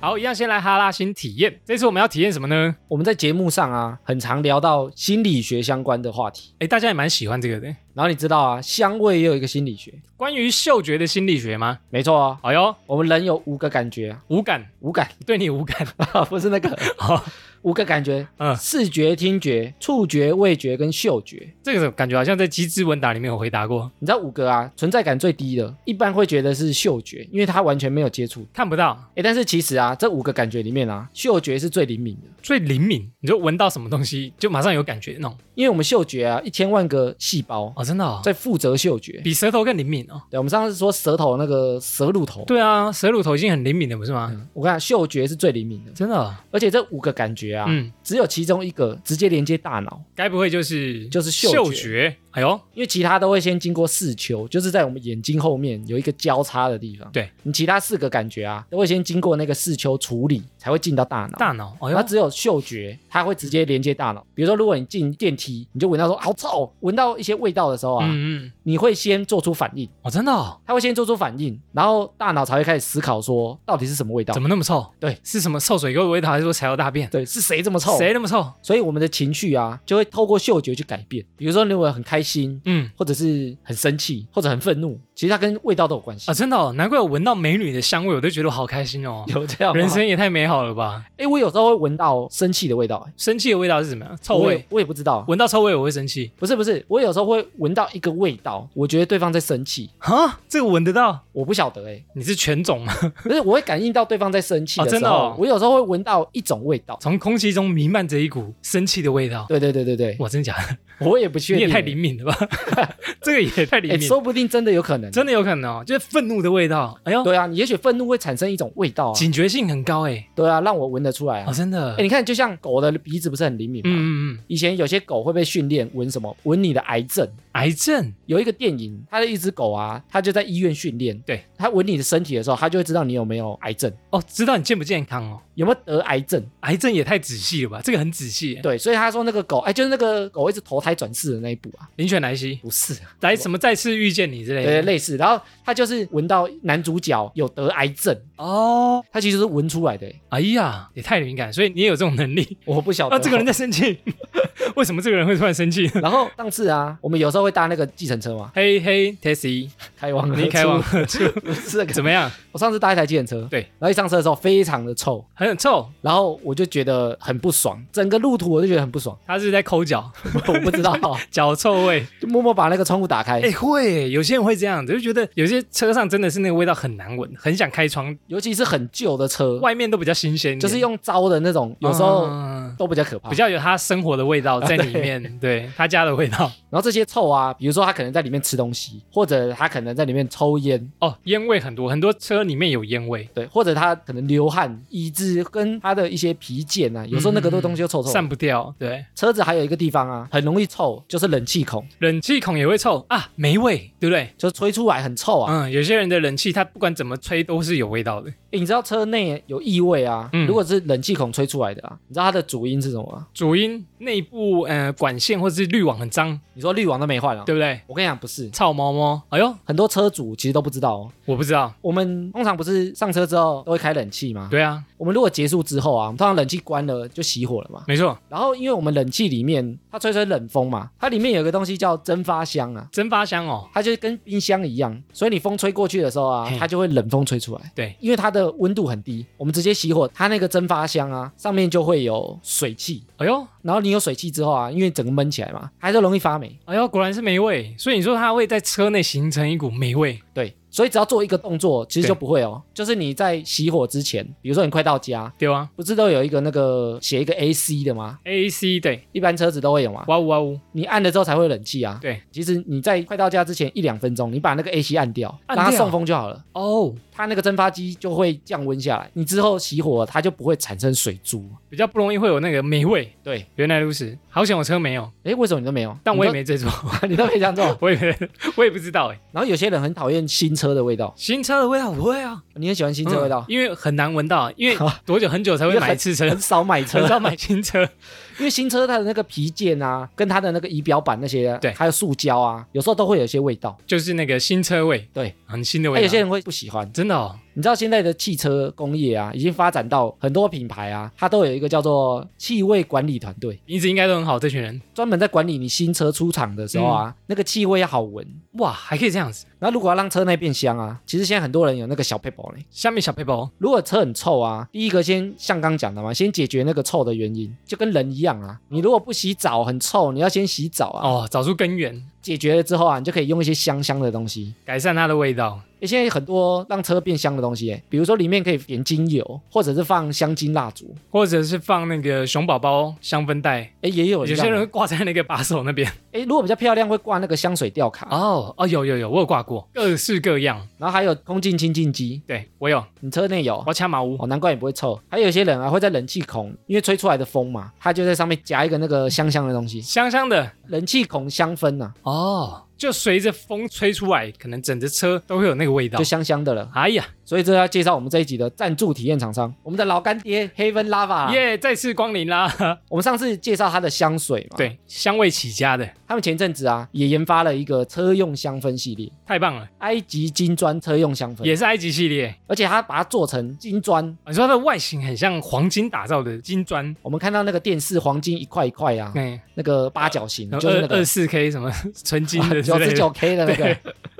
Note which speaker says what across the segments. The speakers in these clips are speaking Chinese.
Speaker 1: 好，一样先来哈拉新体验。这次我们要体验什么呢？
Speaker 2: 我们在节目上啊，很常聊到心理学相关的话题。
Speaker 1: 哎，大家也蛮喜欢这个的。
Speaker 2: 然后你知道啊，香味也有一个心理学，
Speaker 1: 关于嗅觉的心理学吗？
Speaker 2: 没错啊，
Speaker 1: 哎呦，
Speaker 2: 我们人有五个感觉啊，
Speaker 1: 无感，
Speaker 2: 五感
Speaker 1: 对你无感。
Speaker 2: 不是那个
Speaker 1: 好，
Speaker 2: 五个感觉，
Speaker 1: 嗯
Speaker 2: 视觉、听觉、触觉、味觉跟嗅觉。
Speaker 1: 这个感觉好像在《机智问答》里面有回答过，
Speaker 2: 你知道五个啊，存在感最低的，一般会觉得是嗅觉，因为它完全没有接触。
Speaker 1: 看不到，
Speaker 2: 哎，但是其实啊，这五个感觉里面啊，嗅觉是最灵敏的，
Speaker 1: 最灵敏，你就闻到什么东西就马上有感觉那种。
Speaker 2: 因为我们嗅觉啊，一千万个细胞
Speaker 1: 哦，真的、哦，
Speaker 2: 在负责嗅觉。
Speaker 1: 比舌头更灵敏哦。
Speaker 2: 对，我们上次说舌头那个舌乳头，
Speaker 1: 对啊，舌乳头已经很灵敏了，不是吗？
Speaker 2: 我跟你讲，嗅觉是最灵敏的，
Speaker 1: 嗯真的哦、
Speaker 2: 而且这五个感觉啊，
Speaker 1: 嗯，
Speaker 2: 只有其中一个直接连接大脑，
Speaker 1: 该不会就是
Speaker 2: 就是嗅觉
Speaker 1: 嗅觉？哎呦，
Speaker 2: 因为其他都会先经过视丘，就是在我们眼睛后面有一个交叉的地方。
Speaker 1: 对，
Speaker 2: 你其他四个感觉啊，都会先经过那个视丘处理，才会进到大脑。
Speaker 1: 大脑，哎
Speaker 2: 它
Speaker 1: 呦，
Speaker 2: 只有嗅觉，它会直接连接大脑。比如说，如果你进电梯，你就闻到说好臭，闻到一些味道的时候啊，
Speaker 1: 嗯嗯，
Speaker 2: 你会先做出反应，
Speaker 1: 哦，真的、哦，
Speaker 2: 它会先做出反应，然后大脑才会开始思考说到底是什么味道
Speaker 1: 怎，么那么臭？
Speaker 2: 对，
Speaker 1: 是什么臭水沟的味道，还是说柴油大便？
Speaker 2: 对，是谁这么臭？
Speaker 1: 谁那么臭？
Speaker 2: 所以我们的情绪啊，就会透过嗅觉去改变。比如说，如果很开心，
Speaker 1: 嗯
Speaker 2: 或者是很生气，或者很愤怒，其实它跟味道都有关系。
Speaker 1: 啊，真的、哦，难怪我闻到美女的香味，我都觉得我好开心 哦。
Speaker 2: 有这样吗
Speaker 1: 人生也太美好了吧！
Speaker 2: 哎，我有时候会闻到生气的味道，诶哎
Speaker 1: 生气的味道是什么样？臭
Speaker 2: 我也
Speaker 1: 味，
Speaker 2: 我也不知道。
Speaker 1: 闻到臭味我会生气
Speaker 2: 不是不是，我有时候会闻到一个味道，我觉得对方在生气，
Speaker 1: 啊！这个闻得到？
Speaker 2: 我不晓得哎、诶
Speaker 1: 你是犬种吗？
Speaker 2: 可是我会感应到对方在生气
Speaker 1: 哦
Speaker 2: 的
Speaker 1: 真
Speaker 2: 时
Speaker 1: 的
Speaker 2: 候，
Speaker 1: 哦
Speaker 2: 我有时候会闻到一种味道。
Speaker 1: 从空气中弥漫着一股生气的味道。
Speaker 2: 对对对对对，
Speaker 1: 哇，真假 的？
Speaker 2: 我也不确
Speaker 1: 你
Speaker 2: 定、
Speaker 1: 也太
Speaker 2: 诶
Speaker 1: 灵敏了吧！ 这个也太灵
Speaker 2: 诶
Speaker 1: 敏，
Speaker 2: 说不定真的有可能。
Speaker 1: 真的有可能哦，就是愤怒的味道。哎呦，
Speaker 2: 对啊，你也许愤怒会产生一种味道啊，
Speaker 1: 警觉性很高哎！
Speaker 2: 对啊，让我闻得出来啊
Speaker 1: 哦，。真的
Speaker 2: 哎、，你看，就像狗的鼻子不是很灵敏吗？
Speaker 1: 嗯嗯嗯，
Speaker 2: 以前有些狗会被训练闻什么？闻你的癌症。
Speaker 1: 癌症
Speaker 2: 有一个电影，它的一只狗啊，它就在医院训练，
Speaker 1: 对
Speaker 2: 它闻你的身体的时候，它就会知道你有没有癌症，
Speaker 1: 哦，知道你健不健康哦。
Speaker 2: 有没有得癌症。
Speaker 1: 癌症也太仔细了吧？这个很仔细耶。
Speaker 2: 对，所以他说那个狗，哎，就是那个狗一直投胎转世的那一部啊，
Speaker 1: 林犬莱西，
Speaker 2: 不是，啊
Speaker 1: 来什么再次遇见你之类
Speaker 2: 对，
Speaker 1: 的。
Speaker 2: 类似。然后它就是闻到男主角有得癌症，
Speaker 1: 哦，
Speaker 2: 它其实是闻出来的。欸
Speaker 1: 哎呀，也太敏感，所以你也有这种能力。
Speaker 2: 我不晓 得、哦
Speaker 1: 啊，这个人。在生气，为什么这个人会突然生 气？
Speaker 2: 然后上次啊，我们有时候会搭那个计程车嘛，
Speaker 1: 嘿嘿，Tessie，
Speaker 2: 开往
Speaker 1: 你开往何处？
Speaker 2: 不是那个。
Speaker 1: 怎么样？
Speaker 2: 我上次搭一台计程车，
Speaker 1: 对，
Speaker 2: 然后一上车的时候非常的臭，
Speaker 1: 很臭，
Speaker 2: 然后我就觉得很不爽，整个路途我就觉得很不 爽，
Speaker 1: 他是在抠脚，
Speaker 2: 我不知道，
Speaker 1: 脚臭 味。
Speaker 2: 就默默把那个窗户打开。
Speaker 1: 哎，会耶，有些人会这样子，就觉得有些车上真的是那个味道很难闻，很想开窗，
Speaker 2: 尤其是很旧的车，
Speaker 1: 外面都比较新鲜一点，
Speaker 2: 就是用招的那种，有时候
Speaker 1: 嗯
Speaker 2: 都比较可怕。
Speaker 1: 比较有他生活的味道在里 面，对他家的味道。
Speaker 2: 然后这些臭啊，比如说他可能在里面吃东西，或者他可能在里面抽烟，
Speaker 1: 哦，烟味很多，很多车里面有烟味，
Speaker 2: 对，或者他可能流汗，以致跟他的一些皮腱
Speaker 1: 嗯
Speaker 2: 啊，有时候那个东西就臭臭的。
Speaker 1: 散不掉。对，
Speaker 2: 车子还有一个地方啊，很容易臭，就是冷气孔，
Speaker 1: 冷气孔也会臭啊，霉味，对不对？
Speaker 2: 就是吹出来很臭啊。
Speaker 1: 嗯，有些人的冷气，他不管怎么吹都是有味道的。
Speaker 2: 诶你知道车内有异味啊，
Speaker 1: 嗯
Speaker 2: 如果是冷气孔吹出来的啊，你知道它的主因是什么吗？
Speaker 1: 主因内部呃管线或者是滤网很脏，
Speaker 2: 你说滤网都没换啊？
Speaker 1: 对不对？
Speaker 2: 我跟你讲，不是，
Speaker 1: 臭毛毛，哎呦，
Speaker 2: 很多车主其实都不知道哦。
Speaker 1: 我不知道。
Speaker 2: 我们通常不是上车之后都会开冷气吗？
Speaker 1: 对啊，
Speaker 2: 我们如果结束之后啊，我们通常冷气关了就熄火了嘛。
Speaker 1: 没错，
Speaker 2: 然后因为我们冷气里面它吹吹冷风嘛，它里面有一个东西叫蒸发箱啊，
Speaker 1: 蒸发箱哦，
Speaker 2: 它就跟冰箱一样，所以你风吹过去的时候啊
Speaker 1: 嘿，
Speaker 2: 它就会冷风吹出来。
Speaker 1: 对，
Speaker 2: 因为它的温度很低，我们直接熄火，它那个蒸发箱啊上面就会有水汽，
Speaker 1: 哎呦，
Speaker 2: 然后你有水汽之后啊，因为整个闷起来嘛，它就容易发霉。
Speaker 1: 哎呦，果然是霉味。所以你说它会在车内形成一股霉味，
Speaker 2: 对，所以只要做一个动作，其实就
Speaker 1: 对
Speaker 2: 不会哦。就是你在熄火之前，比如说你快到家，
Speaker 1: 对啊
Speaker 2: 不是都有一个那个写一个 A C 的吗？
Speaker 1: a C 对，
Speaker 2: 一般车子都会有嘛。
Speaker 1: 哇呜哇呜，
Speaker 2: 你按了之后才会有冷气啊。
Speaker 1: 对，
Speaker 2: 其实你在快到家之前一两分钟，你把那个 A C 按掉，
Speaker 1: 按
Speaker 2: 让
Speaker 1: 掉
Speaker 2: 它送风就好了。
Speaker 1: 哦，
Speaker 2: 它那个蒸发机就会降温下来，你之后熄火，它就不会产生水珠。
Speaker 1: 比较不容易会有那个霉味。
Speaker 2: 对，
Speaker 1: 原来如此，好险我车没有，
Speaker 2: 哎，为什么你都没有？
Speaker 1: 但我也没这种，
Speaker 2: 你都，你都 没这样做。
Speaker 1: 我也没我也不知道哎。
Speaker 2: 然后有些人很讨厌新车的味道，
Speaker 1: 新车的味道我会啊，
Speaker 2: 你很喜欢新车味道
Speaker 1: 嗯，因为很难闻到， 因为多久很久才会买一次车
Speaker 2: 很，少买
Speaker 1: 很
Speaker 2: 车，
Speaker 1: 少买新车。
Speaker 2: 因为新车它的那个皮件啊，跟它的那个仪表板那些啊，
Speaker 1: 对
Speaker 2: 还有塑胶啊，有时候都会有一些味道。
Speaker 1: 就是那个新车味，啊
Speaker 2: 对，
Speaker 1: 很新的味
Speaker 2: 那
Speaker 1: 道。
Speaker 2: 有些人会不喜欢，
Speaker 1: 真的哦，
Speaker 2: 你知道现在的汽车工业啊，已经发展到很多品牌啊，它都有一个叫做气味管理团队，
Speaker 1: 一直应该都很好，这群人
Speaker 2: 专门在管理你新车出厂的时候
Speaker 1: 嗯
Speaker 2: 啊，那个气味要好闻。
Speaker 1: 哇，还可以这样子。
Speaker 2: 然后如果要让车内变香啊，其实现在很多人有那个小 paper 呢。
Speaker 1: 下面小背包，
Speaker 2: 如果车很臭啊，第一个先像刚讲的嘛，先解决那个臭的原因，就跟人一样啊，你如果不洗澡很臭，你要先洗澡啊。
Speaker 1: 哦，找出根源，
Speaker 2: 解决了之后啊，你就可以用一些香香的东西。
Speaker 1: 改善它的味道。
Speaker 2: 诶现在很多让车变香的东西，诶欸比如说里面可以点精油，或者是放香精蜡烛，
Speaker 1: 或者是放那个熊宝宝香氛袋，
Speaker 2: 哎，也有
Speaker 1: 有
Speaker 2: 这样
Speaker 1: 些人会挂在那个把手那边。
Speaker 2: 哎，如果比较漂亮，会挂那个香水吊卡，
Speaker 1: 哦哦，有有有，我有挂过，各式各样。
Speaker 2: 然后还有空气清净机，
Speaker 1: 对我有，
Speaker 2: 你车内有
Speaker 1: 我。要掐马屋。
Speaker 2: 哦，难怪你不会臭。还有一些人啊，会在冷气孔，因为吹出来的风嘛，他就在上面夹一个那个香香的东西，
Speaker 1: 香香的
Speaker 2: 冷气孔香氛啊呐、
Speaker 1: 哦，就随着风吹出来，可能整只车都会有那个味道
Speaker 2: 就。香香的了。
Speaker 1: 哎呀，
Speaker 2: 所以这要介绍我们这一集的赞助体验厂商，我们的老干爹 Haven Lava 啊。
Speaker 1: 耶、再次光临啦！
Speaker 2: 我们上次介绍它的香水嘛，，
Speaker 1: 对，香味起家的，
Speaker 2: 他们前阵子啊也研发了一个车用香氛系列，
Speaker 1: 太棒了，
Speaker 2: 埃及金砖车用香氛，
Speaker 1: 也是埃及系列。
Speaker 2: 而且它把它做成金砖。
Speaker 1: 啊你说它的外形很像黄金打造的金砖，
Speaker 2: 我们看到那个电视黄金一块一块啊，
Speaker 1: 哎、
Speaker 2: 那个八角形，
Speaker 1: 然
Speaker 2: 就
Speaker 1: 后二
Speaker 2: 是那
Speaker 1: 二
Speaker 2: 个啊
Speaker 1: 四 K 什么 纯金的之
Speaker 2: 九
Speaker 1: 类
Speaker 2: 十
Speaker 1: 的
Speaker 2: 九 K 的那个。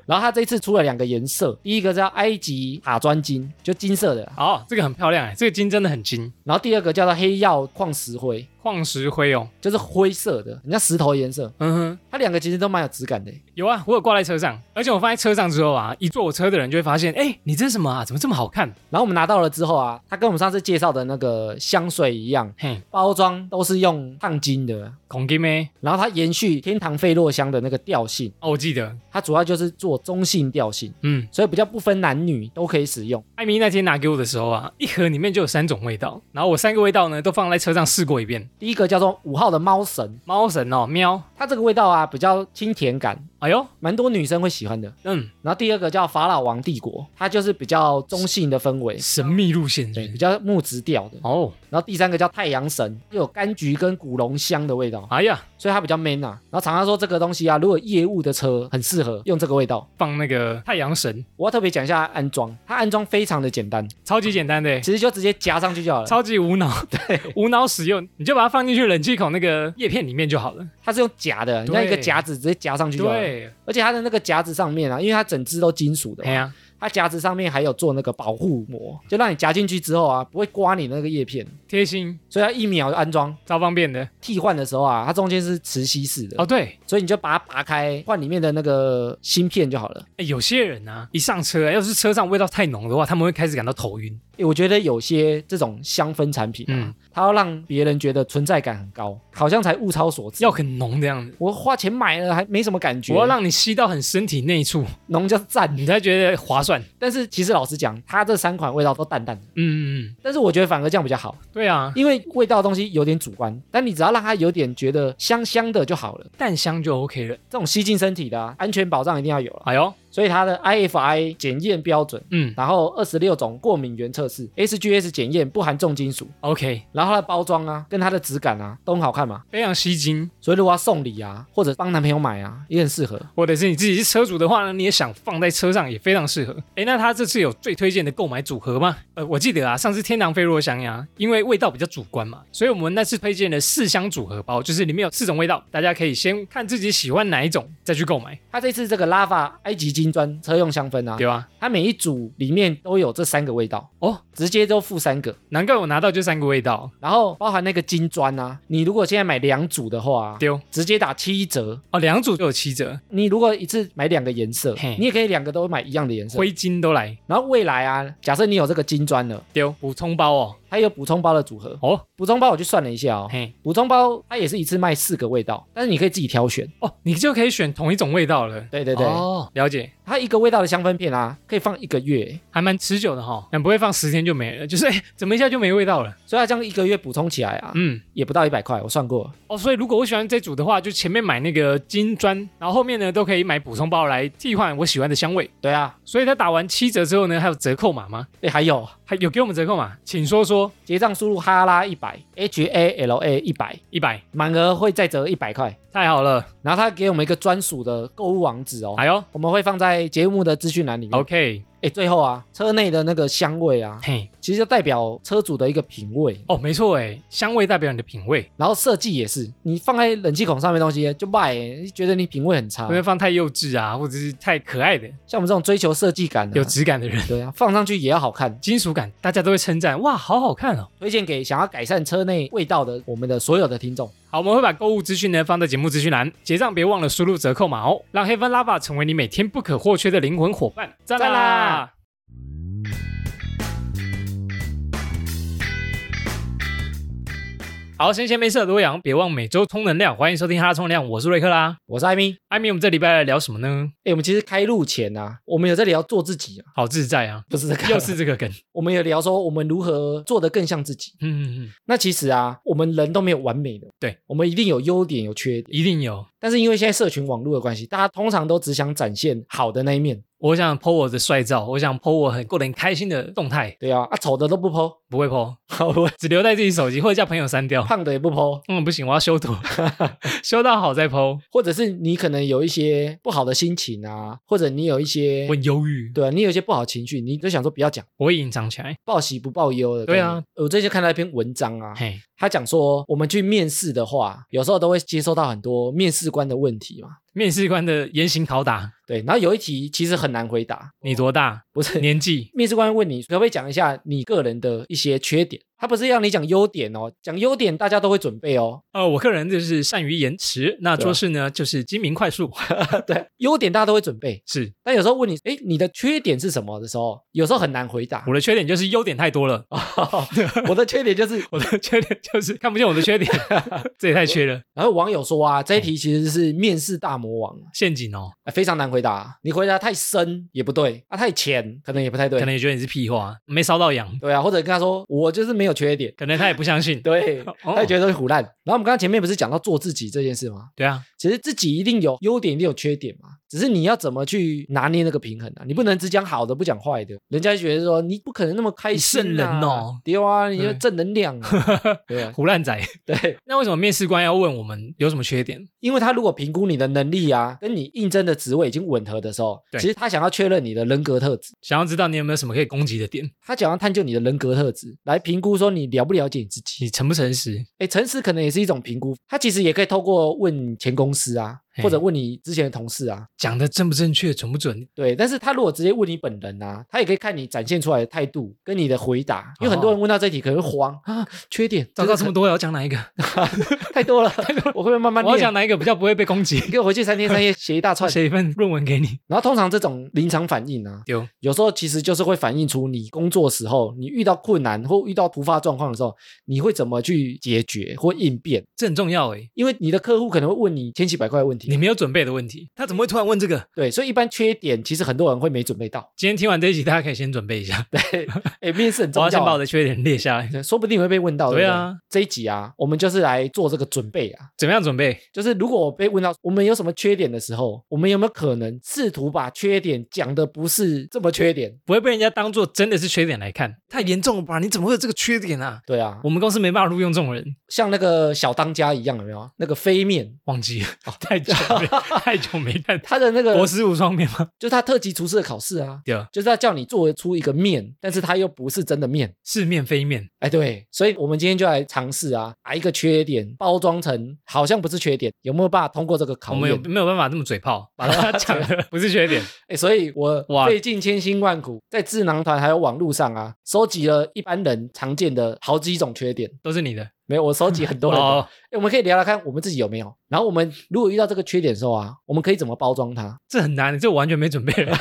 Speaker 2: 然后它这次出了两个颜色，第一个叫埃及塔砖金，就金色的；
Speaker 1: 哦，这个很漂亮哎，这个金真的很金，
Speaker 2: 然后第二个叫做黑曜矿石灰，
Speaker 1: 矿石灰哦。
Speaker 2: 就是灰色的，人家石头颜色。
Speaker 1: 嗯
Speaker 2: 它两个其实都蛮有质感的。
Speaker 1: 哼，有啊，我有挂在车上，而且我放在车上之后啊，一坐我车的人就会发现，哎，你这是什么啊？怎么这么好看？
Speaker 2: 然后我们拿到了之后啊，它跟我们上次介绍的那个香水一样，
Speaker 1: 嘿，
Speaker 2: 包装都是用烫金的，
Speaker 1: 孔金咩？
Speaker 2: 然后它延续天堂费洛香的那个调性，
Speaker 1: 哦，我记得，
Speaker 2: 它主要就是做中性调性，
Speaker 1: 嗯，
Speaker 2: 所以比较不分男女都可以使用。
Speaker 1: 艾米那天拿给我的时候啊，一盒里面就有三种味道，然后我三个味道呢都放在车上试过一遍。
Speaker 2: 第一个叫做五号的猫神，
Speaker 1: 猫神哦，喵，
Speaker 2: 它这个味道啊比较清甜感，
Speaker 1: 哎呦，
Speaker 2: 蛮多女生会喜欢的。
Speaker 1: 嗯，
Speaker 2: 然后第二个叫法老王帝国，它就是比较中性的氛围，
Speaker 1: 神秘路线是
Speaker 2: 对，
Speaker 1: 不
Speaker 2: 比
Speaker 1: 是？
Speaker 2: 较木质调的。
Speaker 1: 哦，
Speaker 2: 然后第三个叫太阳神，又有柑橘跟古龙香的味道，
Speaker 1: 哎呀，
Speaker 2: 所以它比较 man 啊。然后厂商说这个东西啊，如果业务的车很适合用这个味道。
Speaker 1: 放那个太阳神，
Speaker 2: 我要特别讲一下安装，它安装非常的简单，
Speaker 1: 超级简单 的耶，
Speaker 2: 其实就直接夹上去就好了。
Speaker 1: 超级无脑，对， 无脑使用，你就把它放进去冷气孔那个叶片里面就好了。
Speaker 2: 它是用夹的，你
Speaker 1: 对
Speaker 2: 像一个夹子直接夹上去就好了。
Speaker 1: 对，
Speaker 2: 而且它的那个夹子上面啊，因为它整只都金属的
Speaker 1: 哎
Speaker 2: 嘛，
Speaker 1: 呀，
Speaker 2: 它夹子上面还有做那个保护膜，就让你夹进去之后啊，不会刮你那个叶片，
Speaker 1: 贴心，
Speaker 2: 所以它一秒就安装。
Speaker 1: 超方便的。
Speaker 2: 替换的时候啊，它中间是磁吸式的，
Speaker 1: 哦，对，
Speaker 2: 所以你就把它拔开，换里面的那个芯片就好了。
Speaker 1: 哎有些人啊，一上车，要是车上味道太浓的话，他们会开始感到头晕。
Speaker 2: 诶我觉得有些这种香氛产品啊，
Speaker 1: 嗯
Speaker 2: 它要让别人觉得存在感很高，好像才物超所值。
Speaker 1: 要很浓这样子。
Speaker 2: 我花钱买了还没什么感觉，
Speaker 1: 我要让你吸到很身体内处，
Speaker 2: 浓就是赞。
Speaker 1: 你才觉得划算。
Speaker 2: 但是其实老实讲，它这三款味道都淡淡的，
Speaker 1: 嗯嗯
Speaker 2: 但是我觉得反而这样比较好，
Speaker 1: 嗯，对 啊，
Speaker 2: 因为味道的东西有点主观，但你只要让它有点觉得香香的就好了。
Speaker 1: 淡香就 OK 了。
Speaker 2: 这种吸进身体的、啊、安全保障一定要有了，
Speaker 1: 哎呦，
Speaker 2: 所以它的 IFI 检验标准，
Speaker 1: 嗯
Speaker 2: 然后二十六种过敏原测试，SGS 检验不含重金属，
Speaker 1: ，OK，
Speaker 2: 然后它的包装啊，跟它的质感啊都很好看嘛。
Speaker 1: 非常吸睛。
Speaker 2: 所以如果要送礼啊，或者帮男朋友买啊，也很适合。
Speaker 1: 或者是你自己是车主的话呢，你也想放在车上，也非常适合。哎，那他这次有最推荐的购买组合吗？呃，我记得啊，上次天堂飞若香呀，因为味道比较主观嘛，所以我们那次推荐的四箱组合包，就是里面有四种味道，大家可以先看自己喜欢哪一种，再去购买，
Speaker 2: 它这次这个拉法埃及金砖车用香氛啊
Speaker 1: 对，吧？
Speaker 2: 它每一组里面都有这三个味道，
Speaker 1: 哦，
Speaker 2: 直接都附三个。
Speaker 1: 难怪我拿到就三个味道，
Speaker 2: 然后包含那个金砖啊，你如果现在买两组的话、啊，
Speaker 1: 丢
Speaker 2: 直接打七折。
Speaker 1: 哦，两组就有七折，
Speaker 2: 你如果一次买两个颜色
Speaker 1: 嘿，
Speaker 2: 你也可以两个都买一样的颜色。
Speaker 1: 灰金都来
Speaker 2: 然后未来啊，假设你有这个金砖了，
Speaker 1: 丢补充包哦，
Speaker 2: 它有补充包的组合。
Speaker 1: 哦，
Speaker 2: 补充包我去算了一下哦，
Speaker 1: 嘿，
Speaker 2: 补充包它也是一次卖四个味道，但是你可以自己挑选。
Speaker 1: 哦，你就可以选同一种味道了。
Speaker 2: 对对对，
Speaker 1: 哦，了解，
Speaker 2: 它一个味道的香氛片啊，可以放一个月，
Speaker 1: 还蛮持久的哈、嗯，不会放十天就没了，就是哎，怎么一下就没味道了？
Speaker 2: 所以它这样一个月补充起来啊，
Speaker 1: 嗯。
Speaker 2: 也不到一百块，我算过了。
Speaker 1: 哦，所以如果我喜欢这组的话，就前面买那个金砖，然后后面呢都可以买补充包来替换我喜欢的香味。
Speaker 2: 对啊，
Speaker 1: 所以他打完七折之后呢，还有折扣码吗？
Speaker 2: 哎，还有
Speaker 1: 还有给我们折扣码，请说说
Speaker 2: 结账输入哈拉一百 H A L A 一百，
Speaker 1: 一百，
Speaker 2: 满额会再折一百块。
Speaker 1: 太好了，
Speaker 2: 然后他给我们一个专属的购物网址哦，
Speaker 1: 哎呦
Speaker 2: 我们会放在节目的资讯栏里面。
Speaker 1: ，OK，
Speaker 2: 哎，最后啊，车内的那个香味啊，
Speaker 1: 嘿，
Speaker 2: 其实就代表车主的一个品味，
Speaker 1: 哦，没错哎，香味代表你的品味，
Speaker 2: 然后设计也是，你放在冷气孔上面的东西就卖，觉得你品味很差
Speaker 1: 不。会放太幼稚啊，或者是太可爱的、
Speaker 2: 像我们这种追求设计感的、
Speaker 1: 有质感的人，
Speaker 2: 对啊，放上去也要好看。
Speaker 1: 金属感，大家都会称赞，哇，好好看哦。
Speaker 2: 推荐给想要改善车内味道的我们的所有的听众。
Speaker 1: 好，我们会把购物资讯呢放在节目资讯栏，结账别忘了输入折扣码哦，让黑帆拉法成为你每天不可或缺的灵魂伙伴，赞
Speaker 2: 赞
Speaker 1: 啦
Speaker 2: 啦！
Speaker 1: 好，先先没事的多养，别忘每周充能量，欢迎收听哈拉充能量，我是瑞克啦。
Speaker 2: 我是艾米。
Speaker 1: 艾米，我们这礼拜来聊什么呢？
Speaker 2: 哎，我们其实开录前啊，我们有在聊做自己啊，
Speaker 1: 好自在啊，
Speaker 2: 不是这个，
Speaker 1: 又是这个梗，
Speaker 2: 我们有聊说我们如何做得更像自己。
Speaker 1: 嗯嗯嗯，
Speaker 2: 那其实啊，我们人都没有完美的，
Speaker 1: 对
Speaker 2: 我们一定有优点有缺点。
Speaker 1: 一定有。
Speaker 2: 但是因为现在社群网络的关系，大家通常都只想展现好的那一面，
Speaker 1: 我想 po 我的帅照，我想 po 我很过得很开心的动态，
Speaker 2: 对啊，啊丑的都不剖，
Speaker 1: 不会 po，
Speaker 2: 好不
Speaker 1: 只留在自己手机，或者叫朋友删掉。
Speaker 2: 胖的也不剖，
Speaker 1: 嗯，不行，我要修 图，修到好再 po。
Speaker 2: 或者是你可能有一些不好的心情啊，或者你有一些
Speaker 1: 我，很忧郁，
Speaker 2: 对啊，你有一些不好情绪，你就想说不要讲，
Speaker 1: 我会隐藏起来。
Speaker 2: 报喜不报忧的。
Speaker 1: 对啊，
Speaker 2: 我最近看到一篇文章啊，
Speaker 1: 嘿，
Speaker 2: 他讲说我们去面试的话，有时候都会接收到很多面试官的问题嘛，
Speaker 1: 面试官的严刑拷打，
Speaker 2: 对，然后有一题其实很难回答，
Speaker 1: 你多大？
Speaker 2: 不是
Speaker 1: 年纪？
Speaker 2: 面试官问你可不可以讲一下你个人的一些缺点，他不是让你讲优点哦，讲优点大家都会准备哦，
Speaker 1: 呃，我个人就是善于延迟，那
Speaker 2: 对啊
Speaker 1: 做事呢就是精明快速，
Speaker 2: 对，优点大家都会准备，
Speaker 1: 是
Speaker 2: 但有时候问你，哎，你的缺点是什么的时候，有时候很难回答
Speaker 1: 我。的缺点就是优点太多了，
Speaker 2: 哦我的缺点就是，
Speaker 1: 我的缺点就是看不见我的 缺点，这也太缺了，
Speaker 2: 然后网友说啊，这一题其实是面试大魔王，
Speaker 1: 陷阱哦，
Speaker 2: 啊非常难回答，你回答太深也不对，啊太浅可能也不太对
Speaker 1: 可，能也觉得你是屁话，没烧到羊，
Speaker 2: 对啊，或者跟他说我就是没有缺点，
Speaker 1: 可能他也不相信。
Speaker 2: 对，
Speaker 1: 哦
Speaker 2: 他也觉得是胡烂。然后我们刚刚前面不是讲到做自己这件事吗？
Speaker 1: 对啊，
Speaker 2: 其实自己一定有优点，一定有缺点嘛，只是你要怎么去拿捏那个平衡啊？你不能只讲好的，不讲坏的，人家就觉得说你不可能那么开心、啊，
Speaker 1: 你圣人哦，
Speaker 2: 对啊，你
Speaker 1: 对
Speaker 2: 就正能量、 啊，对啊，
Speaker 1: 胡烂仔。
Speaker 2: 对，
Speaker 1: 那为什么面试官要问我们有什么缺点？
Speaker 2: 因为他如果评估你的能力啊，跟你应征的职位已经吻合的时候，
Speaker 1: 对
Speaker 2: 其实他想要确认你的人格特质，
Speaker 1: 想要知道你有没有什么可以攻击的点，
Speaker 2: 他想要探究你的人格特质，来评估说你了不了解你自己。
Speaker 1: 你诚不诚实？
Speaker 2: 哎，诚实可能也是一种评估，他其实也可以透过问前公司啊，
Speaker 1: 嘿
Speaker 2: 或者问你之前的同事啊，
Speaker 1: 讲的正不正确，准不准？
Speaker 2: 对，但是他如果直接问你本人啊，他也可以看你展现出来的态度跟你的回答，因为很多人问到这题可能会慌哦啊，缺点，
Speaker 1: 糟
Speaker 2: 个
Speaker 1: 糕，这么多，我要讲哪一 个？
Speaker 2: 太多了，我会不会慢慢
Speaker 1: 我要讲
Speaker 2: 念？
Speaker 1: 哪一个比较不会被攻 击？
Speaker 2: 你给我回去三天三夜写一大串，
Speaker 1: 写一份论文给 你。
Speaker 2: 然后通常这种临场反应啊，
Speaker 1: 丢，
Speaker 2: 有时候其实就是会反映出你工作时候，你遇到困难或遇到突发状况的时候，你会怎么去解决或应变？
Speaker 1: 这很重要诶，
Speaker 2: 因为你的客户可能会问你千奇百怪的问
Speaker 1: 你
Speaker 2: 题，
Speaker 1: 没有准备的问题，他怎么会突然问这个？
Speaker 2: 对，所以一般缺点其实很多人会没准备到，
Speaker 1: 今天听完这一集，大家可以先准备一下。
Speaker 2: 哎，面试很
Speaker 1: 我
Speaker 2: 重
Speaker 1: 要先
Speaker 2: 要
Speaker 1: 把我
Speaker 2: 啊。
Speaker 1: 的缺点列下来，
Speaker 2: 对说不定会被问到，
Speaker 1: 对
Speaker 2: 对不
Speaker 1: 啊
Speaker 2: 对，这一集啊，我们就是来做这个准备啊，
Speaker 1: 怎么样准备？
Speaker 2: 就是如果我被问到我们有什么缺点的时候，我们有没有可能试图把缺点讲的不是这么缺点？
Speaker 1: 不会被人家当做真的是缺点来看，太严重了吧？你怎么会有这个缺点啊？
Speaker 2: 对啊，
Speaker 1: 我们公司没办法录用这种人，
Speaker 2: 像那个小当家一样，有没有那个飞面？
Speaker 1: 忘记 了，太久没太久没 看
Speaker 2: 他的那个
Speaker 1: 博士无双面吗？
Speaker 2: 就是他特级厨师的考试啊，
Speaker 1: 对啊，
Speaker 2: 就是要叫你做出一个面，但是他又不是真的面。
Speaker 1: 是面非面，
Speaker 2: 哎，对，所以我们今天就来尝试啊，把一个缺点包装成好像不是缺点，有没有办法通过这个
Speaker 1: 我
Speaker 2: 考
Speaker 1: 们有
Speaker 2: 验？
Speaker 1: 没有办法这么嘴炮，把 他讲的不是缺点，
Speaker 2: 哎，所以我
Speaker 1: 哇
Speaker 2: 费尽千辛万苦，在智囊团还有网络上啊，收集了一般人常见的好几种缺点。
Speaker 1: 都是你的。
Speaker 2: 没有，我收集很多人 的
Speaker 1: 哦，
Speaker 2: 欸我们可以聊聊看我们自己有没有。然后我们如果遇到这个缺点的时候啊，我们可以怎么包装它？
Speaker 1: 这很难，这我完全没准 备了，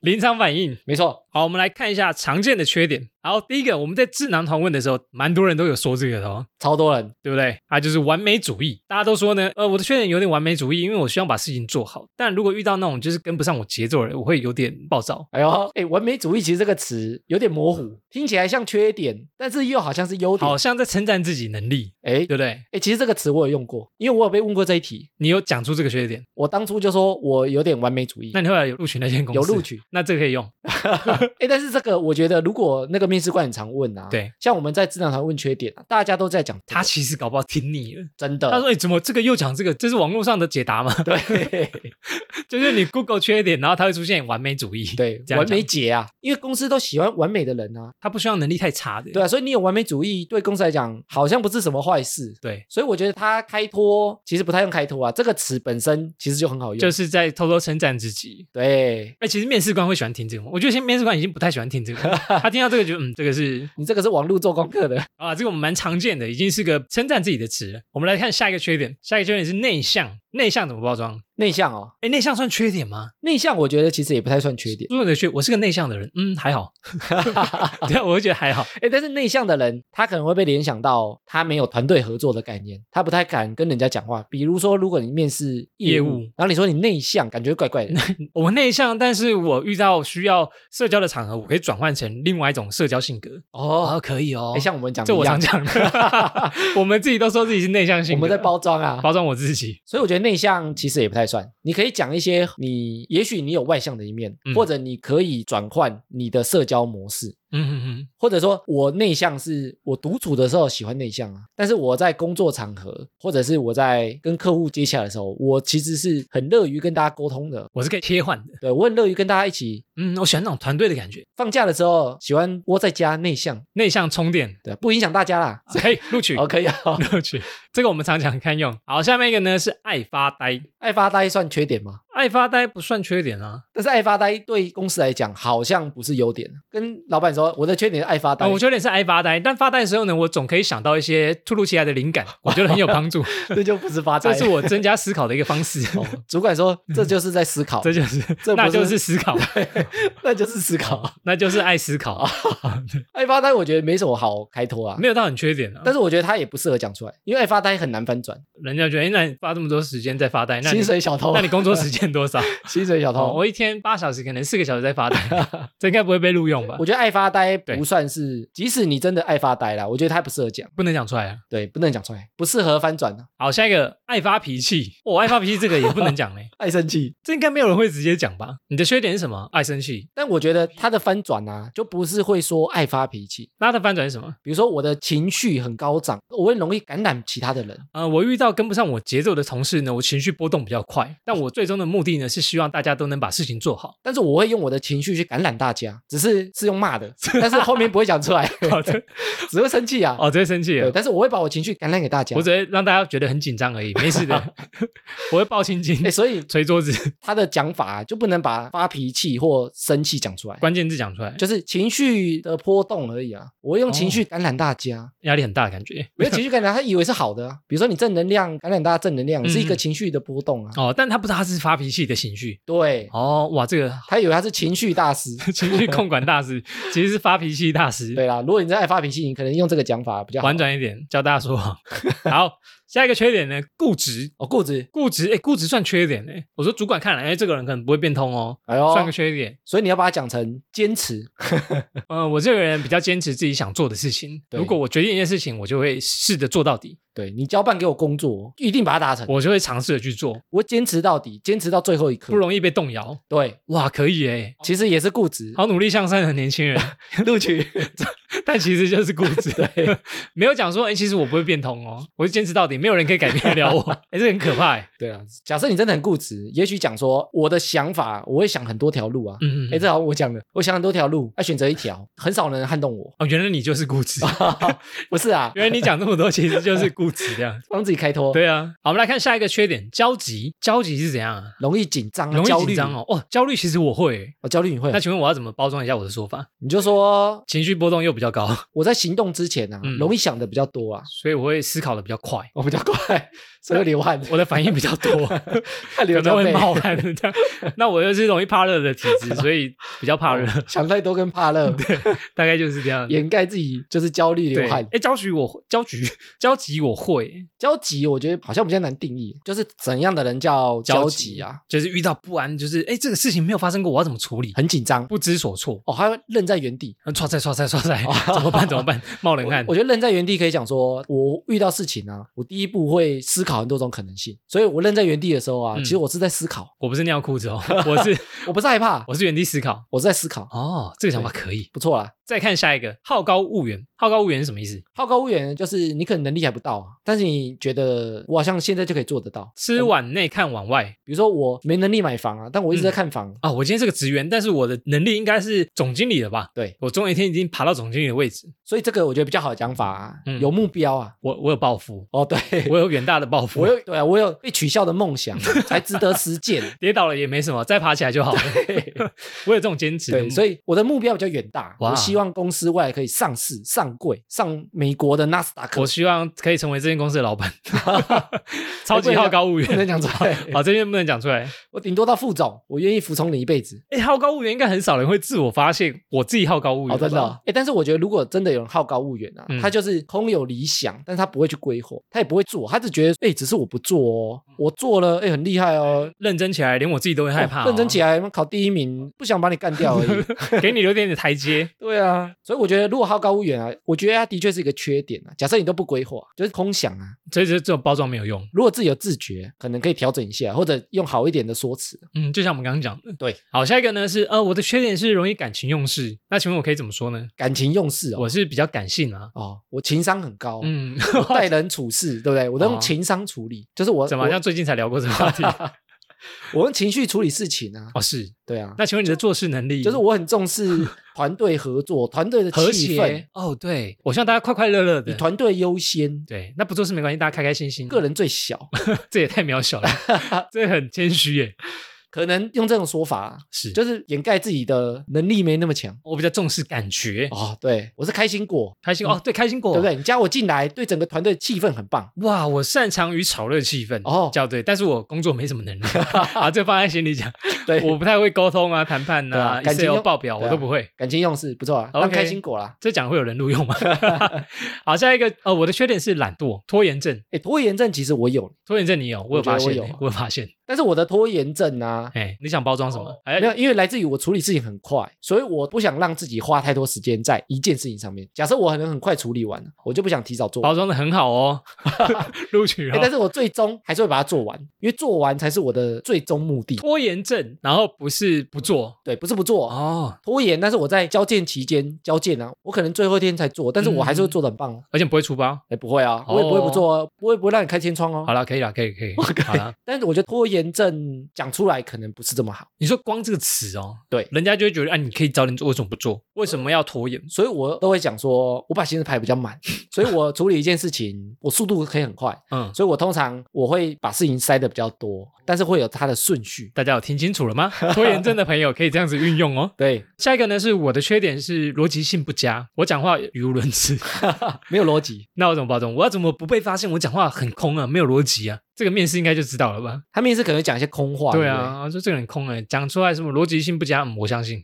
Speaker 1: 临场反应。
Speaker 2: 没错，
Speaker 1: 好，我们来看一下常见的缺点。好，第一个，我们在智囊团问的时候，蛮多人都有说这个的哦，
Speaker 2: 超多人
Speaker 1: 对不对？啊，就是完美主义，大家都说呢，呃，我的缺点有点完美主义，因为我希望把事情做好。但如果遇到那种就是跟不上我节奏的人，我会有点暴躁。
Speaker 2: 哎呦，哎，完美主义其实这个词有点模糊，听起来像缺点，但是又好像是优
Speaker 1: 好
Speaker 2: 点。
Speaker 1: 像在称赞自己能力，
Speaker 2: 哎
Speaker 1: 对不对？
Speaker 2: 哎，其实这个词我有用过，因为我有被问过这一题。
Speaker 1: 你有讲出这个缺点，
Speaker 2: 我当初就说我有点完美主义
Speaker 1: 那，你后来有录取那间公
Speaker 2: 有
Speaker 1: 司？
Speaker 2: 录，取。
Speaker 1: 那这个可以用。
Speaker 2: 哎，但是这个我觉得，如果那个面试官很常问啊，
Speaker 1: 对，
Speaker 2: 像我们在智囊团问缺点、啊，大家都在讲这个
Speaker 1: 他其实搞不好听腻了。
Speaker 2: 真
Speaker 1: 他
Speaker 2: 的，
Speaker 1: 说：“哎、怎么这个又讲这个？这是网络上的解答吗？
Speaker 2: 对
Speaker 1: 就是你 Google 缺点，然后它会出现完美主义。，
Speaker 2: 对
Speaker 1: 这，样
Speaker 2: 完美
Speaker 1: 讲
Speaker 2: 姐啊，因为公司都喜欢完美的人啊，
Speaker 1: 他不需要能力太差的。
Speaker 2: 对啊，所以你有完美主义，对公司来讲好像不是什么坏事。
Speaker 1: 对
Speaker 2: 所以我觉得他开脱其实不太用开脱啊，这个词本身其实就很好用。
Speaker 1: 就是在偷偷称赞自己。
Speaker 2: 对
Speaker 1: 哎、其实面试官会喜欢听这种，我觉得现在面试官已经不太喜欢听这个， 他听到这个就嗯，这个是
Speaker 2: 你这个是网络做功课的，
Speaker 1: 啊，这个我们蛮常见的，已经是个称赞自己的词了。我们来看下一个缺点，下一个缺点是内向，内向怎么包装？
Speaker 2: 内向哦，
Speaker 1: 哎，内向算缺点吗？
Speaker 2: 内向我觉得其实也不太算缺点。
Speaker 1: 如果你觉得我是个内向的人，嗯，还 好，对啊，我会觉得还好。
Speaker 2: 哎，但是内向的人，他可能会被联想到他没有团队合作的概念，他不太敢跟人家讲话。比如说，如果你面试
Speaker 1: 业
Speaker 2: 业务，
Speaker 1: 务
Speaker 2: 然后你说你内向，感觉怪怪的，
Speaker 1: 我内向，但是我遇到需要社交的场合，我可以转换成另外一种社交性格。
Speaker 2: 哦，
Speaker 1: 哦，可以哦
Speaker 2: 哎，，像我们讲的
Speaker 1: 这
Speaker 2: 一
Speaker 1: 我
Speaker 2: 样
Speaker 1: 常，讲的。 我们自己都说自己是内向性
Speaker 2: 我
Speaker 1: 格，
Speaker 2: 们在包装啊，
Speaker 1: 包装我自己。
Speaker 2: 所以我觉得内向其实也不太算，你可以讲一些你也许你有外向的一面，
Speaker 1: 嗯
Speaker 2: 或者你可以转换你的社交模式，
Speaker 1: 嗯嗯嗯，
Speaker 2: 或者说我内向是我独处的时候喜欢内向啊，但是我在工作场合或者是我在跟客户接洽的时候，我其实是很乐于跟大家沟通的，
Speaker 1: 我是可以切换的。
Speaker 2: 对我很乐于跟大家一起。
Speaker 1: 嗯，我喜欢那种团队的感觉，
Speaker 2: 放假的时候喜欢窝在家内向，
Speaker 1: 内向充电，
Speaker 2: 对，啊不影响大家啦。
Speaker 1: 可以录取。
Speaker 2: 哦，可以啊，
Speaker 1: 录取，这个我们常常看用。好，下面一个呢是爱发呆，
Speaker 2: 爱发呆算缺点吗？
Speaker 1: 爱发呆不算缺点啊。
Speaker 2: 但是爱发呆对公司来讲好像不是优点。跟老板说我的缺点是爱发呆，
Speaker 1: 啊，我缺点是爱发呆，但发呆的时候呢，我总可以想到一些突如其来的灵 感，我觉得很有帮助。
Speaker 2: 这就不是发 呆
Speaker 1: 这
Speaker 2: 了。
Speaker 1: 是我增加思考的一个方式，
Speaker 2: 哦主管说，这就是在思考，
Speaker 1: 这就是，
Speaker 2: 这不
Speaker 1: 那
Speaker 2: 是
Speaker 1: 就是思考，
Speaker 2: 那就是思考。
Speaker 1: 那就是爱思 考，
Speaker 2: 爱发呆，我觉得没什么好开脱啊。
Speaker 1: 没有到很缺点啊。
Speaker 2: 但是我觉得他也不适合讲出来，因为爱发呆很难翻转。
Speaker 1: 人家觉得，哎，那你花这么多时间在发哎呆，那你
Speaker 2: 薪水小偷，
Speaker 1: 那你工作时间多 少？
Speaker 2: 薪水小
Speaker 1: 哦，
Speaker 2: 偷，
Speaker 1: 我一天八小时，可能四个小时在发呆，这应该不会被录用吧
Speaker 2: 我？觉得爱发呆
Speaker 1: 对
Speaker 2: 不算是，即使你真的爱发呆啦，我觉得他不适合讲，
Speaker 1: 不能讲出来啊。
Speaker 2: 对，不能讲出来，不适合翻转啊。
Speaker 1: 好，下一个爱发脾气，我、爱发脾气这个也不能讲嘞，
Speaker 2: 爱生气，
Speaker 1: 这应该没有人会直接讲吧？你的缺点是什么？爱生气。
Speaker 2: 但我觉得他的翻转啊，就不是会说爱发脾气。
Speaker 1: 那它的翻转是什么？
Speaker 2: 比如说我的情绪很高涨，我会容易感染其他的人。
Speaker 1: 呃，我遇到跟不上我节奏的同事呢，我情绪波动比较快，但我最终的目的呢是希望大家都能把事情做好。
Speaker 2: 但是我会用我的情绪去感染大家，只是是用骂的，但是后面不会讲出来，
Speaker 1: 好的，
Speaker 2: 只会生气啊。
Speaker 1: 哦，直接生气
Speaker 2: 对，
Speaker 1: 了，
Speaker 2: 但是我会把我情绪感染给大家
Speaker 1: 我。只会让大家觉得很紧张而已，没事的。我会抱青筋
Speaker 2: 哎，，所以
Speaker 1: 捶桌子，
Speaker 2: 他的讲法啊就不能把发脾气或生气讲出来，
Speaker 1: 关键字讲出来，
Speaker 2: 就是情绪的波动而已啊。我会用情
Speaker 1: 哦
Speaker 2: 绪感染大家，
Speaker 1: 压力很大的感觉。
Speaker 2: 没有情绪感染，他以为是好的啊。比如说你正能量感染大家正能量，
Speaker 1: 嗯
Speaker 2: 是一个情绪的波动啊。
Speaker 1: 哦，但他不知道他是发脾气的情绪。
Speaker 2: 对，
Speaker 1: 哦，哇，这 个
Speaker 2: 他以为他是情绪 大师。
Speaker 1: 情绪控管大师其实是发脾气大师。
Speaker 2: 对啦，如果你在爱发脾气，你可能用这个讲法比较好
Speaker 1: 婉。转一点，教大家说 谎。好，下一个缺点呢，固执。
Speaker 2: 哦，固执，
Speaker 1: 固执，哎，固执算缺点哎。我说主管看了，哎，这个人可能不会变通哦，
Speaker 2: 哎呦，
Speaker 1: 算个缺点。
Speaker 2: 所以你要把它讲成坚持，
Speaker 1: 嗯，我这个人比较坚持自己想做的事情。
Speaker 2: 对
Speaker 1: 如果我决定一件事情，我就会试着做到底，
Speaker 2: 对你交办给我工作，一定把它达成，我
Speaker 1: 我就会尝试着去做，
Speaker 2: 会坚持到底，坚持到最后一刻
Speaker 1: 不。容易被动摇。
Speaker 2: 对，
Speaker 1: 哇，可以哎，
Speaker 2: 其实也是固执，
Speaker 1: 好努力向上的年轻人，
Speaker 2: 录取。
Speaker 1: 但其实就是固 执。对，没有讲说，哎，其实我不会变通哦，我就坚持到底，没有人可以改变得了我。 哎，这很可怕哎。
Speaker 2: 对啊，假设你真的很固执，也许讲说我的想法，我会想很多条路啊。
Speaker 1: 嗯，嗯嗯
Speaker 2: 哎、这好像我讲的，我想很多条路，要选择一条，很少人撼动我。
Speaker 1: 哦，原来你就是固执，
Speaker 2: 不是啊，。
Speaker 1: 原来你讲这么多其实就是固执这样
Speaker 2: 帮自己开脱，
Speaker 1: 对啊，好，我们来看下一个缺点，焦急。焦急是怎样啊？
Speaker 2: 容易紧张、
Speaker 1: 容
Speaker 2: 焦
Speaker 1: 易
Speaker 2: 虑
Speaker 1: 紧张。哦。哦，焦虑其实我会欸。
Speaker 2: 哦，焦虑你会
Speaker 1: 那，请问我要怎么包装一下我的说法？
Speaker 2: 你就说
Speaker 1: 情绪波动又比较高，
Speaker 2: 我在行动之前啊，
Speaker 1: 嗯
Speaker 2: 容易想的比较多啊，
Speaker 1: 所以我会思考的比较快，
Speaker 2: 我比较快， 所以会流汗，
Speaker 1: 我的反应比较多， 可
Speaker 2: 汗流
Speaker 1: 能
Speaker 2: 浃
Speaker 1: 会
Speaker 2: 背，
Speaker 1: 冒汗这 样。那我又是容易怕热的体质，所以比较怕热，
Speaker 2: 想太多跟 怕热，
Speaker 1: 大概就是这样。
Speaker 2: 掩盖自己就是焦虑
Speaker 1: 对，
Speaker 2: 流汗。
Speaker 1: 哎，焦急我会焦急焦急我会
Speaker 2: 焦急，我觉得好像比较难定义，就是怎样的人叫焦急啊？，
Speaker 1: 就是遇到不安，就是哎这个事情没有发生过，我要怎么处理？
Speaker 2: 很紧张
Speaker 1: 不知所措，
Speaker 2: 哦，还会愣在原地。
Speaker 1: 刷菜刷菜刷菜，怎么办？怎么 办？冒冷汗
Speaker 2: 我。觉得愣在原地可以讲说，我遇到事情啊，我第一步会思考很多种可能性，所以我愣在原地的时候啊，
Speaker 1: 嗯
Speaker 2: 其实我是在思考，
Speaker 1: 我不是尿裤子 哦，我是
Speaker 2: 我不是害怕，
Speaker 1: 我是原地思考。
Speaker 2: 我是在思考，
Speaker 1: 哦，这个想法可以。
Speaker 2: 不错啦。
Speaker 1: 再看下一个，好高骛远。好高骛远是什么意思？
Speaker 2: 好高骛远就是你可能能力还不到啊，但是你觉得我好像现在就可以做得到。
Speaker 1: 吃碗内看碗外
Speaker 2: 比如说我没能力买房啊，但我一直在看房，
Speaker 1: 啊、我今天是个职员，但是我的能力应该是总经理了吧？
Speaker 2: 对，
Speaker 1: 我总有一天已经爬到总经理的位置。
Speaker 2: 所以这个我觉得比较好的讲法、啊，
Speaker 1: 嗯
Speaker 2: 有目标啊。
Speaker 1: 我我有抱负，
Speaker 2: 哦，对，
Speaker 1: 我有远大的抱负
Speaker 2: 我。有对啊，我有被取笑的梦想，啊 才值得实践。
Speaker 1: 跌倒了也没什么，再爬起来就好了。我有这种坚持的目。
Speaker 2: 对，所以我的目标比较远大，
Speaker 1: 哇
Speaker 2: 我希望公司未来可以上市、上柜、上美国的纳斯达克
Speaker 1: 我。希望可以成为这间公司的老 板，超级好高骛
Speaker 2: 不能
Speaker 1: 远。
Speaker 2: 讲出来，
Speaker 1: 好，这边不能讲出来。
Speaker 2: 我顶多到副总，我愿意服从你一辈子。
Speaker 1: 哎，好高骛远应该很少人会自我发现我自己好高骛远吧。
Speaker 2: 哦，真的、哦，哎，但是我觉得如果真的有人好高骛远啊，
Speaker 1: 嗯
Speaker 2: 他就是空有理想，但是他不会去规划，他也不会做，他只觉得，哎，只是我不做哦，
Speaker 1: 嗯
Speaker 2: 我做了，哎，很厉害哦，
Speaker 1: 认真起来，连我自己都会害怕哦。
Speaker 2: 认真起来考第一名，不想把你干掉 而已。
Speaker 1: 给你留点点台阶。
Speaker 2: 对啊，所以我觉得如果好高骛远啊，我觉得他的确是一个缺点啊。假设你都不规划，就是空想啊。
Speaker 1: 所以这这种包装没有用。
Speaker 2: 如果自己有自觉，可能可以调整一下，或者用好一点的说辞。
Speaker 1: 嗯，就像我们刚刚讲的，
Speaker 2: 对。
Speaker 1: 好，下一个呢是呃，我的缺点是容易感情用事。那请问我可以怎么说呢？
Speaker 2: 感情用事哦，
Speaker 1: 我是比较感性啊。
Speaker 2: 哦，我情商很高，
Speaker 1: 嗯，
Speaker 2: 我待人处事，对不对？我都
Speaker 1: 哦
Speaker 2: 用情商处理，就是我
Speaker 1: 怎么好像最近才聊过这个话 题？
Speaker 2: 我我用情绪处理事情啊。
Speaker 1: 哦，是。
Speaker 2: 对啊，
Speaker 1: 那请问你的做事能力
Speaker 2: 就是我很重 视团队合作、团队的
Speaker 1: 和
Speaker 2: 气氛
Speaker 1: 谐，哦，对，我希望大家快快乐乐
Speaker 2: 以
Speaker 1: 的。
Speaker 2: 团队优先，
Speaker 1: 对，那不做事没关系，大家开开心心。
Speaker 2: 个人最小。
Speaker 1: 这也太渺小 了，这很谦虚耶。
Speaker 2: 可能用这种说法啊，
Speaker 1: 是，就
Speaker 2: 就是掩盖自己的能力没那么强。
Speaker 1: 我比较重视感觉，
Speaker 2: 哦，对，我是开心果，
Speaker 1: 开心哦，对，开心果，
Speaker 2: 对不对？你加我进来，对整个团队气氛很棒。
Speaker 1: 哇，我擅长于炒热气氛
Speaker 2: 哦
Speaker 1: 校对，但是我工作没什么能 力啊，这放在心里讲，
Speaker 2: 对，
Speaker 1: 我不太会沟通啊、谈判
Speaker 2: 对
Speaker 1: 啊、
Speaker 2: 啊感情
Speaker 1: Excel
Speaker 2: 用
Speaker 1: 报表我
Speaker 2: 对啊
Speaker 1: 都不会。
Speaker 2: 感情用事不错啊，
Speaker 1: OK
Speaker 2: 当开心果啦。
Speaker 1: 这讲会有人录 用吗？好，下一个呃，我的缺点是懒惰、拖延症。
Speaker 2: 哎，拖延症其实我有，
Speaker 1: 拖延症你有，我有
Speaker 2: 我觉
Speaker 1: 发
Speaker 2: 得
Speaker 1: 现
Speaker 2: 我
Speaker 1: 欸，
Speaker 2: 有啊
Speaker 1: 我有发现。
Speaker 2: 但是我的拖延症啊，
Speaker 1: 哎，你想包装什么？哎
Speaker 2: 哦没，有，因为来自于我处理事情很快，所以我不想让自己花太多时间在一件事情上面。假设我可能很快处理完了，我就不想提早做。
Speaker 1: 包装的很好 哦，录取
Speaker 2: 哎但
Speaker 1: 哦。
Speaker 2: 是我最终还是会把它做完，因为做完才是我的最终目的。
Speaker 1: 拖延症，然后不是不做
Speaker 2: 对，不是不做，
Speaker 1: 哦，
Speaker 2: 拖延，但是我在交件期间交件啊，我可能最后一天才做，但是我还
Speaker 1: 嗯
Speaker 2: 是会做的很棒哦。
Speaker 1: 而且不会出包。
Speaker 2: 哎、不会啊，我也不会不做哦，我也不会让你开天窗哦。
Speaker 1: 好了，可以了，可以，可 以，好了。
Speaker 2: 但是我觉得拖延症讲出来可能不是这么好，
Speaker 1: 你说光这个词哦，
Speaker 2: 对
Speaker 1: 人家就会觉得，啊，你可以早点做，为什么不做？为什么要拖延？
Speaker 2: 所以我都会讲说，我把行程排比较满， 所以我处理一件事情，我速度可以很快，
Speaker 1: 嗯，
Speaker 2: 所以我通常我会把事情塞的比较多，但是会有它的顺序。
Speaker 1: 大家有听清楚了 吗？拖延症的朋友可以这样子运用哦。
Speaker 2: 对，
Speaker 1: 下一个呢是我的缺点是逻辑性不佳，我讲话语无伦 次。
Speaker 2: 没有逻辑。
Speaker 1: 那我怎么包装？我要怎么不被发现我讲话很空啊，没有逻辑啊？这个面试应该就知道了吧？
Speaker 2: 他面试可能讲一些空话，
Speaker 1: 对
Speaker 2: 对
Speaker 1: 啊，说这个人空哎、讲出来什么逻辑性不佳，嗯我相 信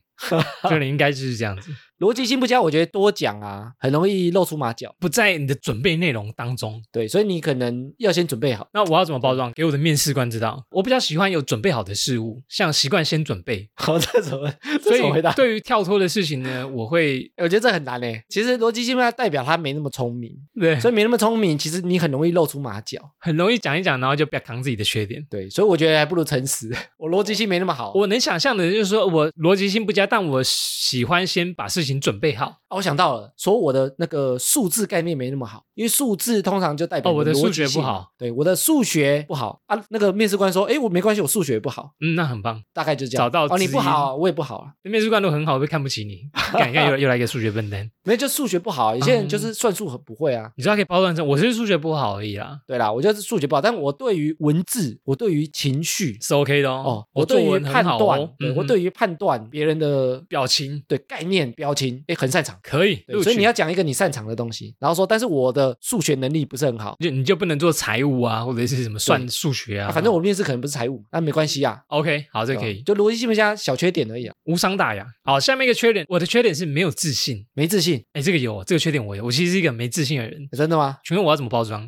Speaker 1: 这个人应该就是这样子，
Speaker 2: 不对，逻辑性不佳，我觉得多讲啊，很容易露出马脚。
Speaker 1: 不在你的准备内容当中。
Speaker 2: 对，所以你可能要先准备好。
Speaker 1: 那我要怎么包装给我的面试官知道？我比较喜欢有准备好的事物，像习惯先准备，
Speaker 2: 好，这怎么
Speaker 1: 所
Speaker 2: 这
Speaker 1: 以
Speaker 2: 怎么回答？哎
Speaker 1: 对于跳脱的事情呢，我 会
Speaker 2: 我觉得这很难诶。其实逻辑性不佳代表他没那么聪明，
Speaker 1: 对
Speaker 2: 所以没那么聪明，其实你很容易露出马脚。
Speaker 1: 很容易讲一讲，然后就不要扛自己的缺点。
Speaker 2: 对，所以我觉得还不如诚实。 我逻辑性没那么好，我
Speaker 1: 我能想象的就是说我逻辑性不佳，但我喜欢先把事情准备好。
Speaker 2: 啊，我想到了，说我的那个数字概念没那么好，因为数字通常就代表
Speaker 1: 哦我的
Speaker 2: 逻
Speaker 1: 数
Speaker 2: 辑
Speaker 1: 学不
Speaker 2: 性
Speaker 1: 好，
Speaker 2: 对，我的数学不好啊。那个面试官说，哎，我没关系，我数学不好，
Speaker 1: 嗯，那很棒。
Speaker 2: 大概就这样。
Speaker 1: 找到
Speaker 2: 哦，你
Speaker 1: 知
Speaker 2: 不
Speaker 1: 音
Speaker 2: 好，我也不好啊。
Speaker 1: 那面试官都很好，会看不起 你。看，你看，又又来一个数学笨蛋。
Speaker 2: 没有就数学不好，有些人
Speaker 1: 嗯
Speaker 2: 就是算术很不会啊。
Speaker 1: 你知道可以包装成我是数学不好而已啦，
Speaker 2: 对啦，我就是数学不好，但我对于文字，我对于情绪，
Speaker 1: 是 OK 的哦
Speaker 2: 哦。，我
Speaker 1: 作
Speaker 2: 对于
Speaker 1: 文
Speaker 2: 判
Speaker 1: 很好
Speaker 2: 断，
Speaker 1: 哦，
Speaker 2: 对
Speaker 1: 嗯
Speaker 2: 我
Speaker 1: 哼
Speaker 2: 对于判断别人的
Speaker 1: 表情
Speaker 2: 对概念、标情，哎，很擅长。
Speaker 1: 可以，
Speaker 2: 对，所以你
Speaker 1: 录
Speaker 2: 要讲一个你擅长的东西，然后说，但是我的数学能力不是很好，
Speaker 1: 取就你就不能做财务啊，或者是什么算数学啊。
Speaker 2: 啊、反正我面试可能不是财务，那没关系啊，
Speaker 1: OK，好，这个
Speaker 2: 对吧
Speaker 1: 可以，
Speaker 2: 就逻辑性不佳小缺点而已啊，
Speaker 1: 无伤大雅。好，下面一个缺点，我的缺点是没有自信。
Speaker 2: 没自信，
Speaker 1: 哦哎，这个有，这个缺点我有，我其实是一个没自信的人。
Speaker 2: 真的吗？
Speaker 1: 请问我要怎么包装？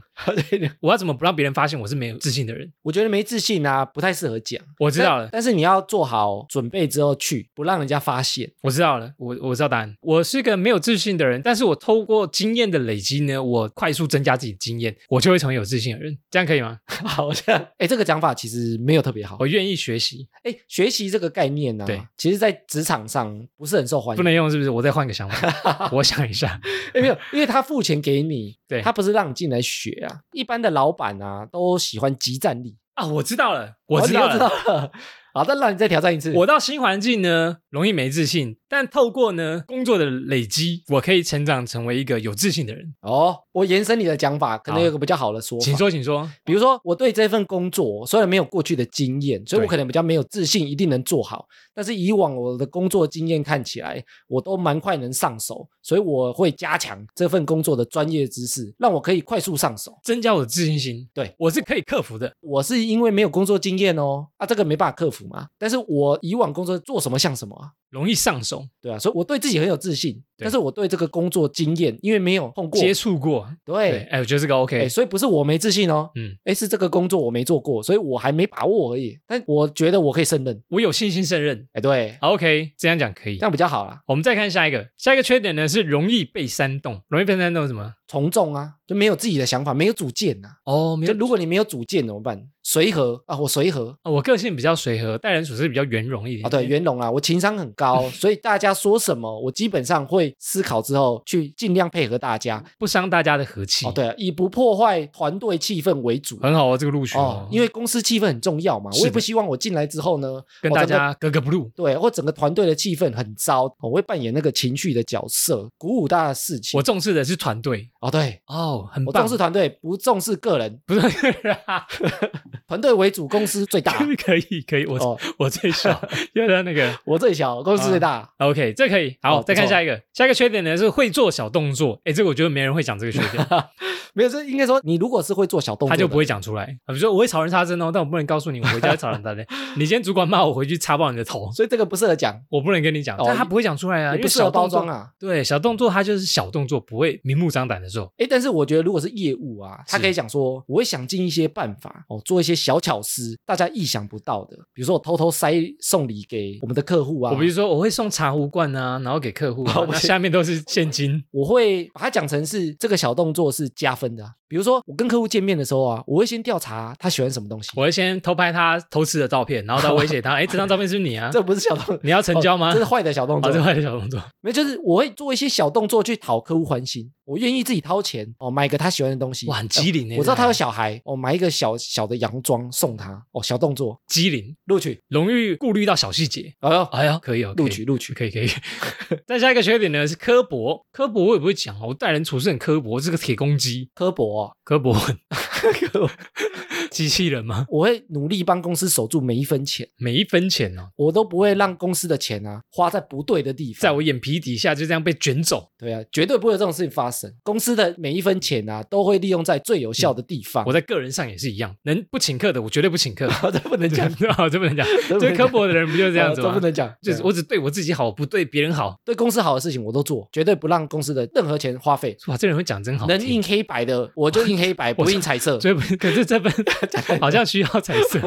Speaker 1: 我要怎么不让别人发现我是没有自信的人？
Speaker 2: 我觉得没自信啊，不太适合讲。
Speaker 1: 我知道
Speaker 2: 但
Speaker 1: 了，
Speaker 2: 但是你要做好准备之后去，不让人家 发现。
Speaker 1: 我知道了，我我知道答案。我是个没有自信的人，但是我透过经验的累积呢，我快速增加自己的经验，我就会成为有自信的人。这样可以吗？
Speaker 2: 好像，哎、这个讲法其实没有特别好。
Speaker 1: 我愿意学习，
Speaker 2: 哎、学习这个概念呢、啊
Speaker 1: 对
Speaker 2: 其实在职场上不是很受欢
Speaker 1: 不
Speaker 2: 迎。
Speaker 1: 能用是不是？我再换个想 法，我想一下。
Speaker 2: 哎没有，因为他付钱给你，
Speaker 1: 对
Speaker 2: 他不是让你进来学啊。一般的老板啊，都喜欢即战力。
Speaker 1: 啊，我知道了，我知道
Speaker 2: 哦你又
Speaker 1: 了
Speaker 2: 知。道了。好，再让你再挑战一次。
Speaker 1: 我到新环境呢，容易没自信，但透过呢工作的累积，我可以成长成为一个有自信的人。
Speaker 2: 哦，我延伸你的讲法，可能有个比较好的说法。
Speaker 1: 请说，请说。
Speaker 2: 比如说，我对这份工作虽然没有过去的经验，所以我
Speaker 1: 对
Speaker 2: 可能比较没有自信，一定能做好。但是以往我的工作经验看起来，我都蛮快能上手，所以我会加强这份工作的专业知识，让我可以快速上手。
Speaker 1: 增加我的自信心，
Speaker 2: 对
Speaker 1: 我是可以克服的。
Speaker 2: 我是因为没有工作经验哦，啊，这个没办法克服嘛。但是我以往工作做什么像什么啊，
Speaker 1: 容易上手，
Speaker 2: 对啊，所以我对自己很有自信。
Speaker 1: 对
Speaker 2: 但是我对这个工作经验，因为没有碰过，
Speaker 1: 接触过，对，
Speaker 2: 对，
Speaker 1: 哎，我觉得这个
Speaker 2: 哎、
Speaker 1: OK，
Speaker 2: 所以不是我没自信哦，
Speaker 1: 嗯，
Speaker 2: 哎，是这个工作我没做过，所以我还没把握而已。但我觉得我可以胜任，
Speaker 1: 我有信心胜任
Speaker 2: 哎，对，
Speaker 1: 好，OK，这样讲可以
Speaker 2: 这。样比较好啦。
Speaker 1: 我们再看下一个，下一个缺点呢是容易被煽动，容易被煽动是什么？
Speaker 2: 从众啊，就没有自己的想法，没有主见呐、
Speaker 1: 哦，没
Speaker 2: 就如果你没有主见怎么办？随和啊，我随和
Speaker 1: 呃我个性比较随和，待人处事比较哦圆融一点。
Speaker 2: 啊，对，圆融啊，我情商 很高，所以大家说什么，我基本上会思考之后去尽量配合大家。
Speaker 1: 不伤大家的和气。
Speaker 2: 哦，，对、啊，以不破坏团队气氛为主。
Speaker 1: 很好哦，这个录取
Speaker 2: 哦，因
Speaker 1: 为
Speaker 2: 为公司气氛很重要嘛，
Speaker 1: 是的
Speaker 2: 我也不希望我进来之后呢，
Speaker 1: 跟
Speaker 2: 哦
Speaker 1: 大
Speaker 2: 整个
Speaker 1: 家格格不入。
Speaker 2: 对，或整个团队的气氛很糟，哦我会扮演那个情绪的角色，鼓舞大家的事情。
Speaker 1: 我重视的是团队
Speaker 2: 哦，对，
Speaker 1: 哦，很
Speaker 2: 我
Speaker 1: 棒。
Speaker 2: 重视团队，不重视个人，
Speaker 1: 不是啊
Speaker 2: 团队为主，公司最大。
Speaker 1: 可以可以， 我、
Speaker 2: 哦，
Speaker 1: 我最 小，因为那个
Speaker 2: 我最小，公
Speaker 1: 嗯
Speaker 2: 司最大。
Speaker 1: OK，这可以。好，
Speaker 2: 哦
Speaker 1: 再看
Speaker 2: 不错
Speaker 1: 下一个，下一个缺点呢是会做小动作。哎，这个我觉得没人会讲这个缺 点，
Speaker 2: 没有，这应该说你如果是会做小动作
Speaker 1: 他
Speaker 2: 的，
Speaker 1: 就不会讲出来。啊比如说我会吵人杀针哦，但我不能告诉你我回家会吵人杀 针。你今天主管骂我，回去插爆你的头，
Speaker 2: 所以这个不适合讲，
Speaker 1: 我不能跟你讲。
Speaker 2: 哦
Speaker 1: 但他不会讲出来啊，
Speaker 2: 也
Speaker 1: 因
Speaker 2: 不
Speaker 1: 为
Speaker 2: 适合
Speaker 1: 小
Speaker 2: 包
Speaker 1: 动
Speaker 2: 装
Speaker 1: 作。
Speaker 2: 啊。
Speaker 1: 对，小动作他就是小动作，不会明目张胆的做。
Speaker 2: 哎，但是我觉得如果是业务啊，他
Speaker 1: 是
Speaker 2: 可以讲说，我会想尽一些办法哦，做一些小巧思，大家意想不到的，比如说我偷偷塞送礼给我们的客户啊，
Speaker 1: 我比如说我会送茶壶罐啊，然后给客户啊，
Speaker 2: 哦不
Speaker 1: 那
Speaker 2: 是
Speaker 1: 下面都是现金。
Speaker 2: 我会把它讲成是这个小动作是加分的啊、比如说我跟客户见面的时候啊，我会先调查他喜欢什么东西。
Speaker 1: 我会先偷拍他偷吃的照片，然后再威胁 他，哎，这张照片是不是你啊？
Speaker 2: 这不是小动
Speaker 1: 你要 成交吗
Speaker 2: 哦这是坏的小动
Speaker 1: 哦，
Speaker 2: 作
Speaker 1: 这。坏的小动作。
Speaker 2: 没有，就是我会做一些小动作去讨客户欢心。我愿意自己掏钱哦，买一个他喜欢的东西。呃
Speaker 1: 哇很机灵欸
Speaker 2: 我知道
Speaker 1: 这还
Speaker 2: 他有小孩，我、哦、买一个小小的洋装送他。哦，小动作
Speaker 1: 机灵，
Speaker 2: 录取。
Speaker 1: 容易顾虑到小细节。
Speaker 2: 哎呦，
Speaker 1: 哎呀，可以哦，可以
Speaker 2: 录取录取
Speaker 1: 可以可以。 再下一个缺点呢是刻薄，刻薄我也不会讲哦，我待人处事很刻薄，这个铁公鸡，
Speaker 2: 科博、哦，
Speaker 1: 刻薄， 机器人吗？
Speaker 2: 我会努力帮公司守住每一分钱，
Speaker 1: 每一分钱哦，
Speaker 2: 我都不会让公司的钱啊花在不对的地方。
Speaker 1: 在我眼皮底下就这样被卷走。
Speaker 2: 对啊，绝对不会有这种事情发生。公司的每一分钱啊，都会利用在最有效的地方。
Speaker 1: 我在个人上也是一样，能不请客的我绝对不请客。
Speaker 2: 我这不能讲，
Speaker 1: 好，这不能 讲，
Speaker 2: 能讲
Speaker 1: 这刻薄的人不就是这样子
Speaker 2: 都
Speaker 1: 吗
Speaker 2: 不？能讲。
Speaker 1: 就是
Speaker 2: 对啊
Speaker 1: 我只对我自己好，不对别人好。
Speaker 2: 对公司好的事情我都做，绝对不让公司的任何钱花费。
Speaker 1: 哇，这人会讲真好
Speaker 2: 能
Speaker 1: 听
Speaker 2: 印。黑白的，我就印 黑白，不印彩色。
Speaker 1: 所以不，可是这份 好像需要彩色。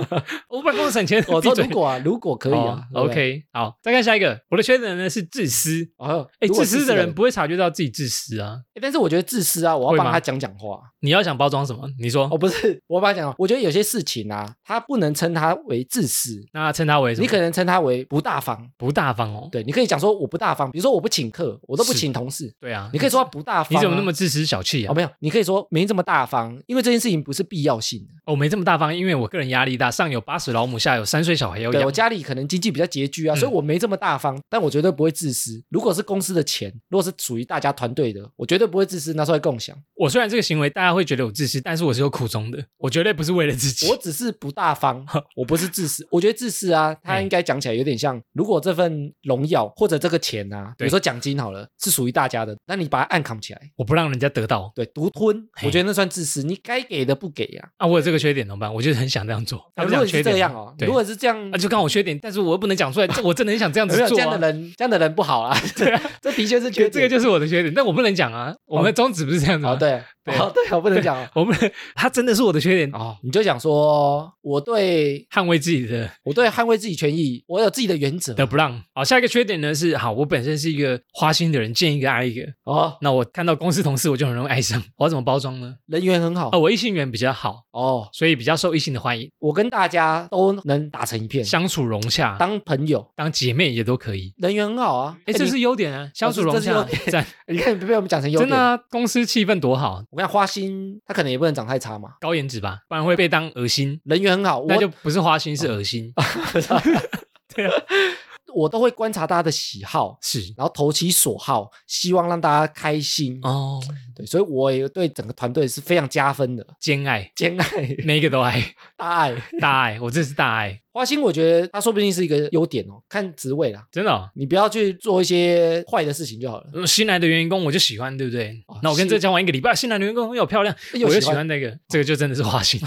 Speaker 1: 我办公室省钱，
Speaker 2: 我
Speaker 1: 闭
Speaker 2: 说
Speaker 1: 嘴
Speaker 2: 如果啊，如果可以啊
Speaker 1: 哦
Speaker 2: 对不对
Speaker 1: OK，好，再看下一个，我的缺点呢是自私。
Speaker 2: 哦，
Speaker 1: 哎，
Speaker 2: 如果
Speaker 1: 自
Speaker 2: 是
Speaker 1: 私的人
Speaker 2: 诶，
Speaker 1: 不会察觉到自己自私啊。
Speaker 2: 但是我觉得自私啊，我
Speaker 1: 会
Speaker 2: 要帮
Speaker 1: 吗
Speaker 2: 他讲讲话。
Speaker 1: 你要想包装什么？你说，
Speaker 2: 哦，不是，我要帮他讲话。我觉得有些事情啊，他不能称他为自私，
Speaker 1: 那称他为什么？
Speaker 2: 你可能称他为不大方。
Speaker 1: 不大方哦。
Speaker 2: 对，你可以讲说我不大方，比如说我不请客，我都不
Speaker 1: 是
Speaker 2: 请同事，
Speaker 1: 对啊，
Speaker 2: 你可以说他不大方啊。
Speaker 1: 你怎么那么自私小气
Speaker 2: 哦，
Speaker 1: 啊？
Speaker 2: 没有，你可以说没这么大方，因为这件事情不是必要性的。
Speaker 1: 哦我没这么大方，因为我个人压力大，上有八十老母，下有三岁小孩要
Speaker 2: 对
Speaker 1: 养
Speaker 2: 我。家里可能经济比较拮据
Speaker 1: 嗯
Speaker 2: 啊，所以我没这么大方，但我绝对不会自私。如果是公司的钱，如果是属于大家团队的，我绝对不会自私，拿出来共享。
Speaker 1: 我虽然这个行为大家会觉得我自私，但是我是有苦衷的，我绝对不是为了自己
Speaker 2: 我。只是不大方，我不是自私。我觉得自私啊，它
Speaker 1: 嘿
Speaker 2: 应该讲起来有点像，如果这份荣耀或者这个钱啊，比
Speaker 1: 对
Speaker 2: 如说奖金好了，是属于大家的，那你把它暗扛起来，
Speaker 1: 我不让人家得到
Speaker 2: 对，独吞，
Speaker 1: 嘿
Speaker 2: 我觉得那算自私。你该给的不给呀、
Speaker 1: 啊！我有这个缺缺点怎么办？ 我就是很想这样做，他
Speaker 2: 如
Speaker 1: 不
Speaker 2: 果
Speaker 1: 讲
Speaker 2: 你
Speaker 1: 缺
Speaker 2: 是这
Speaker 1: 点，啊
Speaker 2: 样哦，
Speaker 1: 对
Speaker 2: 如果是这样
Speaker 1: 啊，，就刚好缺点，但是我又不能讲出来，这我真的很想这样
Speaker 2: 有
Speaker 1: 子
Speaker 2: 没有这
Speaker 1: 做
Speaker 2: 样的
Speaker 1: 啊。
Speaker 2: 人，这样的人不好啦。这 这的确是
Speaker 1: 这
Speaker 2: 缺
Speaker 1: 个这个
Speaker 2: 点。
Speaker 1: 就是我的缺点，但我不能讲啊，我们的宗旨不是这样子
Speaker 2: 哦，
Speaker 1: 吗？，
Speaker 2: 对，
Speaker 1: 对啊
Speaker 2: 哦，对，我不能讲哦
Speaker 1: 我们他真的是我的缺点，
Speaker 2: 哦，你就讲说，我对
Speaker 1: 捍卫自己的
Speaker 2: 我对捍卫自己权益，我有自己的原则
Speaker 1: 的不让。好，下一个缺点呢是，好，我本身是一个花心的人，见一个爱一个。
Speaker 2: 哦，
Speaker 1: 那我看到公司同事，我就很容易爱上。我要怎么包装呢？
Speaker 2: 人缘很好
Speaker 1: 啊，我异性缘比较好，
Speaker 2: 哦，
Speaker 1: 所以比较受异性的欢迎，
Speaker 2: 我跟大家都能打成一片，
Speaker 1: 相处融洽，当
Speaker 2: 当朋友，
Speaker 1: 当姐妹也都可以。
Speaker 2: 人缘很好啊。
Speaker 1: 哎，
Speaker 2: 诶
Speaker 1: 这
Speaker 2: 你
Speaker 1: 是优点啊，相处融洽
Speaker 2: 哦这是优，点
Speaker 1: 赞，
Speaker 2: 你看你被我们讲成优
Speaker 1: 真
Speaker 2: 点
Speaker 1: 的。啊，公司气氛多好，
Speaker 2: 我看花心，他可能也不能长太差嘛。
Speaker 1: 高颜值吧，不然会被当恶心，
Speaker 2: 人缘很好，
Speaker 1: 那就
Speaker 2: 我啊
Speaker 1: 不是花心，是恶 心。对啊，
Speaker 2: 我都会观察大家的喜好，
Speaker 1: 是
Speaker 2: 然后投其所好，希望让大家开心。
Speaker 1: 哦，
Speaker 2: 对，所以我也对整个团队是非常加分的，
Speaker 1: 兼爱，
Speaker 2: 兼爱
Speaker 1: 每一个都 爱，
Speaker 2: 大爱。
Speaker 1: 大爱，我这是大爱，
Speaker 2: 花心，我觉得他说不定是一个优点哦，看职位啦，
Speaker 1: 真的哦。
Speaker 2: 你不要去做一些坏的事情就好了。
Speaker 1: 呃新来的员工我就喜欢，对不对
Speaker 2: 哦？
Speaker 1: 那我跟
Speaker 2: 是
Speaker 1: 这交往一个礼拜，新来的员工又漂亮，
Speaker 2: 又
Speaker 1: 我又
Speaker 2: 喜
Speaker 1: 喜
Speaker 2: 欢
Speaker 1: 欢那个，这个就真的是花 心。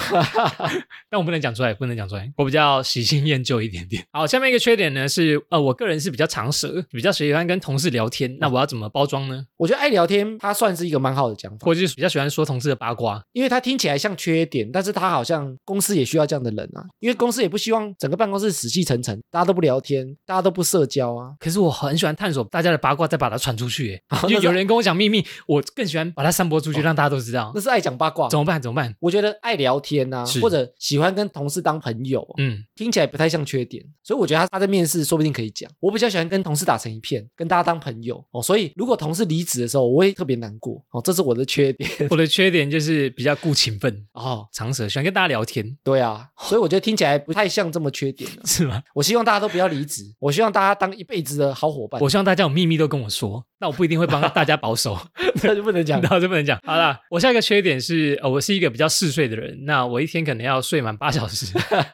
Speaker 1: 但我不能讲出来，不能讲出来，我比较喜新厌旧一点点。好，下面一个缺点呢是，呃，我个人是比较长舌，比较喜欢跟同事聊天。那我要怎么包装呢？
Speaker 2: 我觉得爱聊天，它算是一个蛮好的讲法，
Speaker 1: 或者就是比较喜欢说同事的八卦，
Speaker 2: 因为它听起来像缺点，但是它好像公司也需要这样的人啊，因为公司也不希望整个办公室死气沉沉，大家都不聊天，大家都不社交啊。
Speaker 1: 可是我很喜欢探索大家的八卦，再把它传出去。哎
Speaker 2: 哦那
Speaker 1: 因为
Speaker 2: 是哦
Speaker 1: 有人跟我讲秘密，我更喜欢把它散播出去，让大家都知道
Speaker 2: 那。是爱讲八卦
Speaker 1: 怎。么办？怎么办？
Speaker 2: 我觉得爱聊天啊
Speaker 1: 是，
Speaker 2: 或者喜欢跟同事当朋友，啊
Speaker 1: 嗯，
Speaker 2: 听起来不太像缺点，所以我觉得他他在面试说不定可以讲。我比较喜欢跟同事打成一片，跟大家当朋友哦，所以如果同事离职的时候，我会特别难过哦，这是我的缺点
Speaker 1: 我的缺点就是比较顾情分，
Speaker 2: 哦。
Speaker 1: 长舌，喜欢跟大家聊 天，
Speaker 2: 对啊，所以我觉得听起来不太像这么缺点了。
Speaker 1: 是吗？
Speaker 2: 我希望大家都不要离职，我希望大家当一辈子的好伙伴。
Speaker 1: 我希望大家有秘密都跟我说，那我不一定会帮大家保 守，
Speaker 2: 这就不能讲
Speaker 1: 然后就不能讲。好啦，我下一个缺点是，呃，我是一个比较嗜睡的人，那我一天可能要睡满八小 时，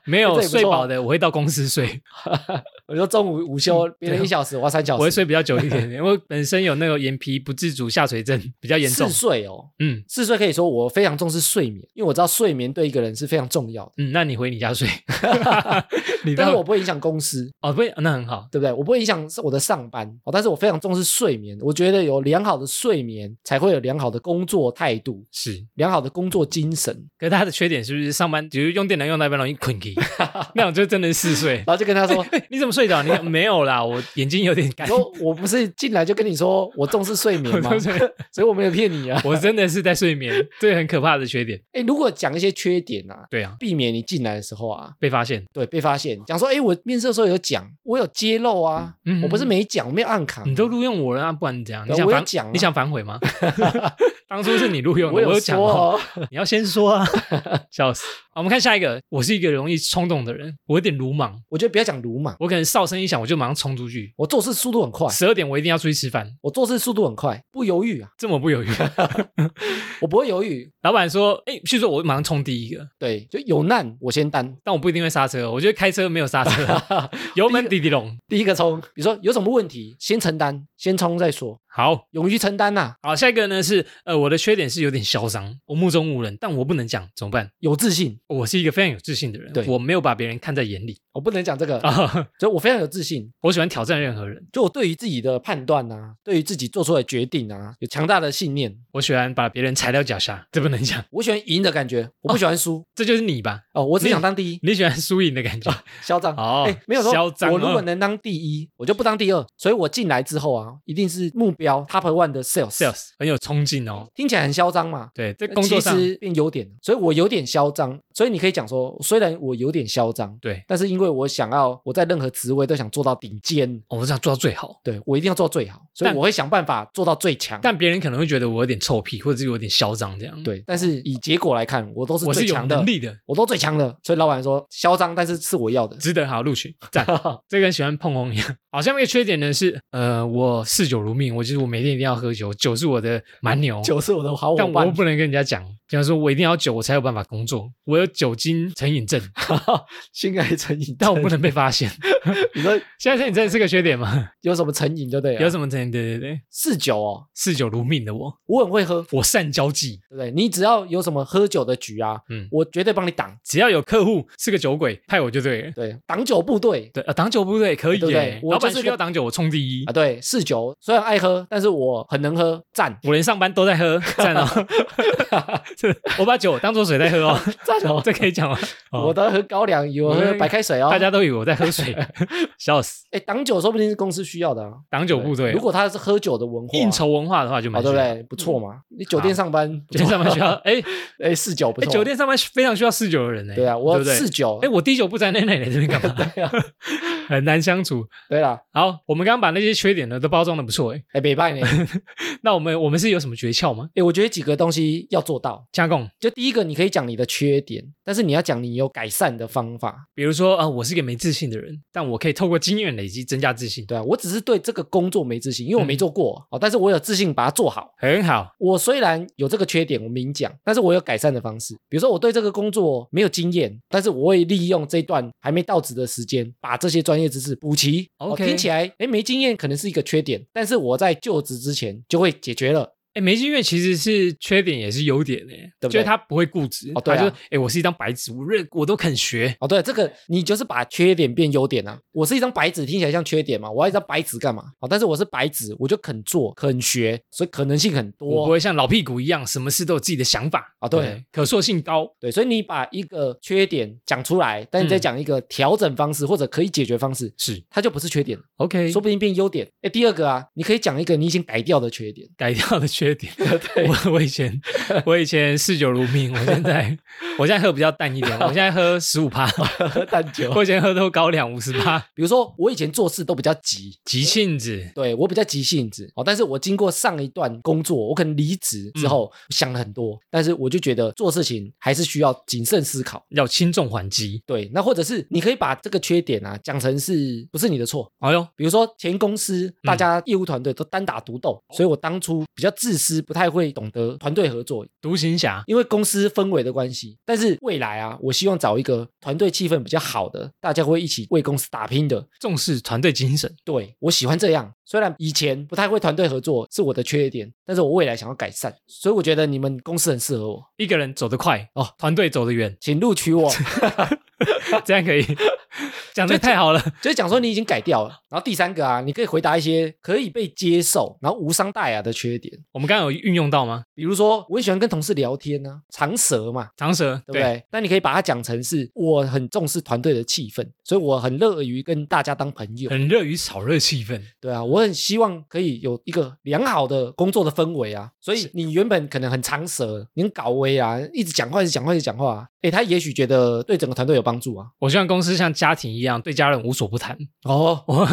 Speaker 1: 没有
Speaker 2: 这也不错啊
Speaker 1: 睡饱的，我会到公司睡，
Speaker 2: 我说中午午休，别人一小时，我要三小
Speaker 1: 嗯啊
Speaker 2: 时。
Speaker 1: 我会睡比较久一点，因为我本身有那个眼皮不自主下垂症，比较严重
Speaker 2: 四。岁哦，
Speaker 1: 嗯
Speaker 2: 四岁可以说我非常重视睡眠，因为我知道睡眠对一个人是非常重要的。
Speaker 1: 嗯，那你回你家 睡，你
Speaker 2: 但
Speaker 1: 到
Speaker 2: 是我不会影响公司，
Speaker 1: 哦不会，那很好。
Speaker 2: 对不对？我不会影响我的上班哦，但是我非常重视睡眠。我觉得有良好的睡眠，才会有良好的工作态度，
Speaker 1: 是，
Speaker 2: 良好的工作精神。
Speaker 1: 可是他的缺点是不是上班只是用电脑用到一半容易困起， 那种就真的是嗜 睡。。
Speaker 2: 然后就跟他说
Speaker 1: 你怎么睡着？你看没有啦， 我眼睛有点
Speaker 2: 你
Speaker 1: 干。
Speaker 2: 说我不是进来就跟你说我重视睡眠吗
Speaker 1: 我重视？
Speaker 2: 所以我没有骗你啊。
Speaker 1: 我真的是在睡眠，这很可怕的缺点。
Speaker 2: 哎，如果讲一些缺点啊，
Speaker 1: 对啊，
Speaker 2: 避免你进来的时候啊，
Speaker 1: 被发现，
Speaker 2: 对被发现，讲说哎，诶我面试的时候有讲，我有揭露啊，
Speaker 1: 嗯
Speaker 2: 我不是没讲，我没有暗扛，啊
Speaker 1: 你都录用我了，啊那不然你怎样？
Speaker 2: 对
Speaker 1: 你想
Speaker 2: 我有
Speaker 1: 反
Speaker 2: 讲啊
Speaker 1: 你想反悔 吗？当初是你录用的，
Speaker 2: 我
Speaker 1: 我
Speaker 2: 有
Speaker 1: 讲
Speaker 2: 说
Speaker 1: 哦，
Speaker 2: 哦，
Speaker 1: 你要先说啊， 笑死。好，我们看下一个，我是一个容易冲动的人，我有点鲁莽，
Speaker 2: 我觉得不要讲鲁莽，
Speaker 1: 我可能哨声一响我就马上冲出去，
Speaker 2: 我做事速度很快，
Speaker 1: 哦十二点我一定要出去吃饭，
Speaker 2: 我做事速度很快，不犹豫啊，
Speaker 1: 这么不犹豫。
Speaker 2: 我不会犹豫，
Speaker 1: 老板说，哎，去说，我马上冲第一个，
Speaker 2: 对，就有难我先担，
Speaker 1: 但我不一定会刹车哦，我觉得开车没有刹车， 油门滴滴隆。
Speaker 2: 第一个冲，比如说有什么问题，先承担，先冲再说，
Speaker 1: 好，
Speaker 2: 勇于承担呐、
Speaker 1: 好，下一个呢是呃，我的缺点是有点嚣张，我目中无人，但我不能讲，怎么办？
Speaker 2: 有自信。
Speaker 1: 我是一个非常有自信的人
Speaker 2: 对，
Speaker 1: 我没有把别人看在眼里
Speaker 2: 我不能讲这个，
Speaker 1: 啊，
Speaker 2: 所以我非常有自信。
Speaker 1: 我喜欢挑战任何人，
Speaker 2: 就我对于自己的判断啊，对于自己做出的决定啊，有强大的信念。
Speaker 1: 我喜欢把别人踩到脚下，这不能讲，
Speaker 2: 我喜欢赢的感觉，我不喜欢输
Speaker 1: 这就是你吧？
Speaker 2: 哦我
Speaker 1: 啊
Speaker 2: 只
Speaker 1: 你
Speaker 2: 想当第一，
Speaker 1: 你喜欢输赢的感 觉，
Speaker 2: 嚣张。
Speaker 1: 哦
Speaker 2: 哎没有说，
Speaker 1: 嚣张
Speaker 2: 我如果
Speaker 1: 哦
Speaker 2: 能当第一，我就不当第二。所以我进来之后啊，一定是目标 top one 的 sales。
Speaker 1: sales 很有冲劲哦。
Speaker 2: 听起来很嚣张嘛，
Speaker 1: 对，在
Speaker 2: 那
Speaker 1: 工作上
Speaker 2: 其，实变优点了，所以我有点嚣张，所以你可以讲说，虽然我有点嚣张，
Speaker 1: 对、
Speaker 2: 但是因为我想要我在任何职位都想做到顶尖，
Speaker 1: 哦我想做到最好，
Speaker 2: 对我一定要做到最好，所以
Speaker 1: 但
Speaker 2: 我会想办法做到最强。
Speaker 1: 但别人可能会觉得我有点臭屁，或者是有点嚣张这样。，
Speaker 2: 对，但是以结果来看，我都是
Speaker 1: 我
Speaker 2: 最
Speaker 1: 是有
Speaker 2: 强的
Speaker 1: 能，力的，
Speaker 2: 我都最强的。所以老板说嚣张，但是是我要的。
Speaker 1: 值得好录 取，赞。这跟喜欢碰红一样。 好，下面一个缺点呢是，呃，我嗜酒如命，我就是我每天一定要喝酒，酒是我的蛮牛。
Speaker 2: 酒是我的好
Speaker 1: 哦但
Speaker 2: 伙
Speaker 1: 我又
Speaker 2: 伴，
Speaker 1: 不能跟人家讲， 比方说，我一定要酒，我才有办法工作。我有酒精成瘾症，
Speaker 2: 性爱成瘾瘾，
Speaker 1: 但我不能被发现。
Speaker 2: 你说
Speaker 1: 现在你真的是个缺点吗？
Speaker 2: 有什么成瘾 就对啊了。
Speaker 1: 有什么真？对对对，
Speaker 2: 嗜酒哦，
Speaker 1: 嗜酒如命的我，
Speaker 2: 我很会喝，
Speaker 1: 我善交际，
Speaker 2: 对不对？你只要有什么喝酒的局啊，
Speaker 1: 嗯
Speaker 2: 我绝对帮你挡。
Speaker 1: 只要有客户是个酒鬼，派我就对了。
Speaker 2: 对，挡酒部队
Speaker 1: 对啊，挡酒不对，可以
Speaker 2: 对不对
Speaker 1: 耶。
Speaker 2: 我
Speaker 1: 老板
Speaker 2: 就是
Speaker 1: 需
Speaker 2: 个
Speaker 1: 要挡酒，我冲第一
Speaker 2: 啊，。对，嗜酒虽然爱喝，但是我很能喝，赞
Speaker 1: 我连上班都在喝，赞哦！这我把酒当做水在喝 哦，
Speaker 2: 赞哦。
Speaker 1: 这可以讲吗？哦
Speaker 2: 我都喝高粱鱼，我喝白开水哦。
Speaker 1: 大家都以为我在喝 水， 笑死！
Speaker 2: 哎，挡酒说不定是公司需要的啊。
Speaker 1: 挡酒部队
Speaker 2: 如，果他是喝酒的文化，
Speaker 1: 应酬文化的话就
Speaker 2: 好
Speaker 1: 蛮
Speaker 2: 对不
Speaker 1: 需要
Speaker 2: 对？不错嘛，你酒店上班，
Speaker 1: 酒店上班需要，哎、
Speaker 2: 哎嗜酒不
Speaker 1: 哎
Speaker 2: 错，
Speaker 1: 酒店上班非常需要嗜酒的人呢、
Speaker 2: 对啊，我
Speaker 1: 对不
Speaker 2: 嗜
Speaker 1: 对？
Speaker 2: 酒啊
Speaker 1: 哎、，我滴酒不沾，那你来这边干嘛？ 很难相处。
Speaker 2: 对啦，
Speaker 1: 好，我们刚刚把那些缺点呢都包装的不错哎、
Speaker 2: 哎北拜呢，
Speaker 1: 那我们我们是有什么诀窍吗？
Speaker 2: 哎我觉得几个东西要做到，
Speaker 1: 加工，
Speaker 2: 就第一个，你可以讲你的缺点，但是你要讲你有改善的方法，
Speaker 1: 比如说啊、我是一个没自信的人，但我可以透过经验累积增加自信，
Speaker 2: 对啊，我只是对这个工作没自信，因
Speaker 1: 嗯
Speaker 2: 为我没做过、哦，但是我有自信把它做好。
Speaker 1: 很好。
Speaker 2: 我虽然有这个缺点，我明讲，但是我有改善的方式。比如说，我对这个工作没有经验，但是我会利用这段还没到职的时间，把这些专业知识补齐。哦
Speaker 1: OK
Speaker 2: 听起来，哎，没经验可能是一个缺点，但是我在就职之前就会解决了。
Speaker 1: 哎，没经验其实是缺点也是优点呢、欸，
Speaker 2: 对不对
Speaker 1: 就是他不会固执，
Speaker 2: 哦对啊
Speaker 1: 他就哎，我是一张白纸，我认我都肯学，
Speaker 2: 哦，对，这个你就是把缺点变优点啊。我是一张白纸，听起来像缺点嘛，我要一张白纸干嘛？哦，但是我是白纸，我就肯做、肯学，所以可能性很
Speaker 1: 我不
Speaker 2: 多。
Speaker 1: 会像老屁股一样，什么事都有自己的想法
Speaker 2: 啊对，
Speaker 1: 可塑性高，
Speaker 2: 对，所以你把一个缺点讲出来，但你再
Speaker 1: 嗯
Speaker 2: 讲一个调整方式、或者可以解决方式，
Speaker 1: 是
Speaker 2: 它就不是缺点了，
Speaker 1: OK，
Speaker 2: 说不定变优点。哎，第二个啊，你可以讲一个你已经改掉的缺点。
Speaker 1: 改掉的缺点。我我以前我以前嗜酒如命，我现在我现在喝比较淡一点，我现在喝十五趴，
Speaker 2: 蛋酒
Speaker 1: 我以前喝都高粱五十趴，
Speaker 2: 比如说我以前做事都比较急，
Speaker 1: 急性子。
Speaker 2: 对我比较急性子哦，但是我经过上一段工作，我可能离职之后、想了很多，但是我就觉得做事情还是需要谨慎思考。
Speaker 1: 要轻重缓急。
Speaker 2: 对，那或者是你可以把这个缺点啊讲成是不是你的错？
Speaker 1: 哎呦，
Speaker 2: 比如说前公司大家业务团队都单打独斗，所以我当初比较自私，不太会懂得团队合作，
Speaker 1: 独行侠
Speaker 2: 因为公司氛围的关系。但是未来啊，我希望找一个团队气氛比较好的，大家会一起为公司打拼的，
Speaker 1: 重视团队精神，
Speaker 2: 对我喜欢这样。虽然以前不太会团队合作是我的缺点，但是我未来想要改善，所以我觉得你们公司很适合我，，
Speaker 1: 一个人走得快哦，团队走得远
Speaker 2: 请录取我。
Speaker 1: 这样可以。讲的太好了，
Speaker 2: 就是讲说你已经改掉了。然后第三个啊，你可以回答一些可以被接受，然后无伤大雅的缺点，
Speaker 1: 我们刚刚有运用到吗？
Speaker 2: 比如说我很喜欢跟同事聊天啊，长舌嘛。
Speaker 1: 长蛇，
Speaker 2: 对不对？那你可以把它讲成是我很重视团队的气氛，所以我很乐于跟大家当朋友。
Speaker 1: 很热于炒热气氛，
Speaker 2: 对啊，我很希望可以有一个良好的工作的氛围啊。所以你原本可能很长舌，你很搞威啊，一直讲话，一直讲话，一直讲话、啊。诶，他也许觉得对整个团队有帮助啊。
Speaker 1: 我希望公司像家庭一样，对家人无所不谈。
Speaker 2: 哦，
Speaker 1: 我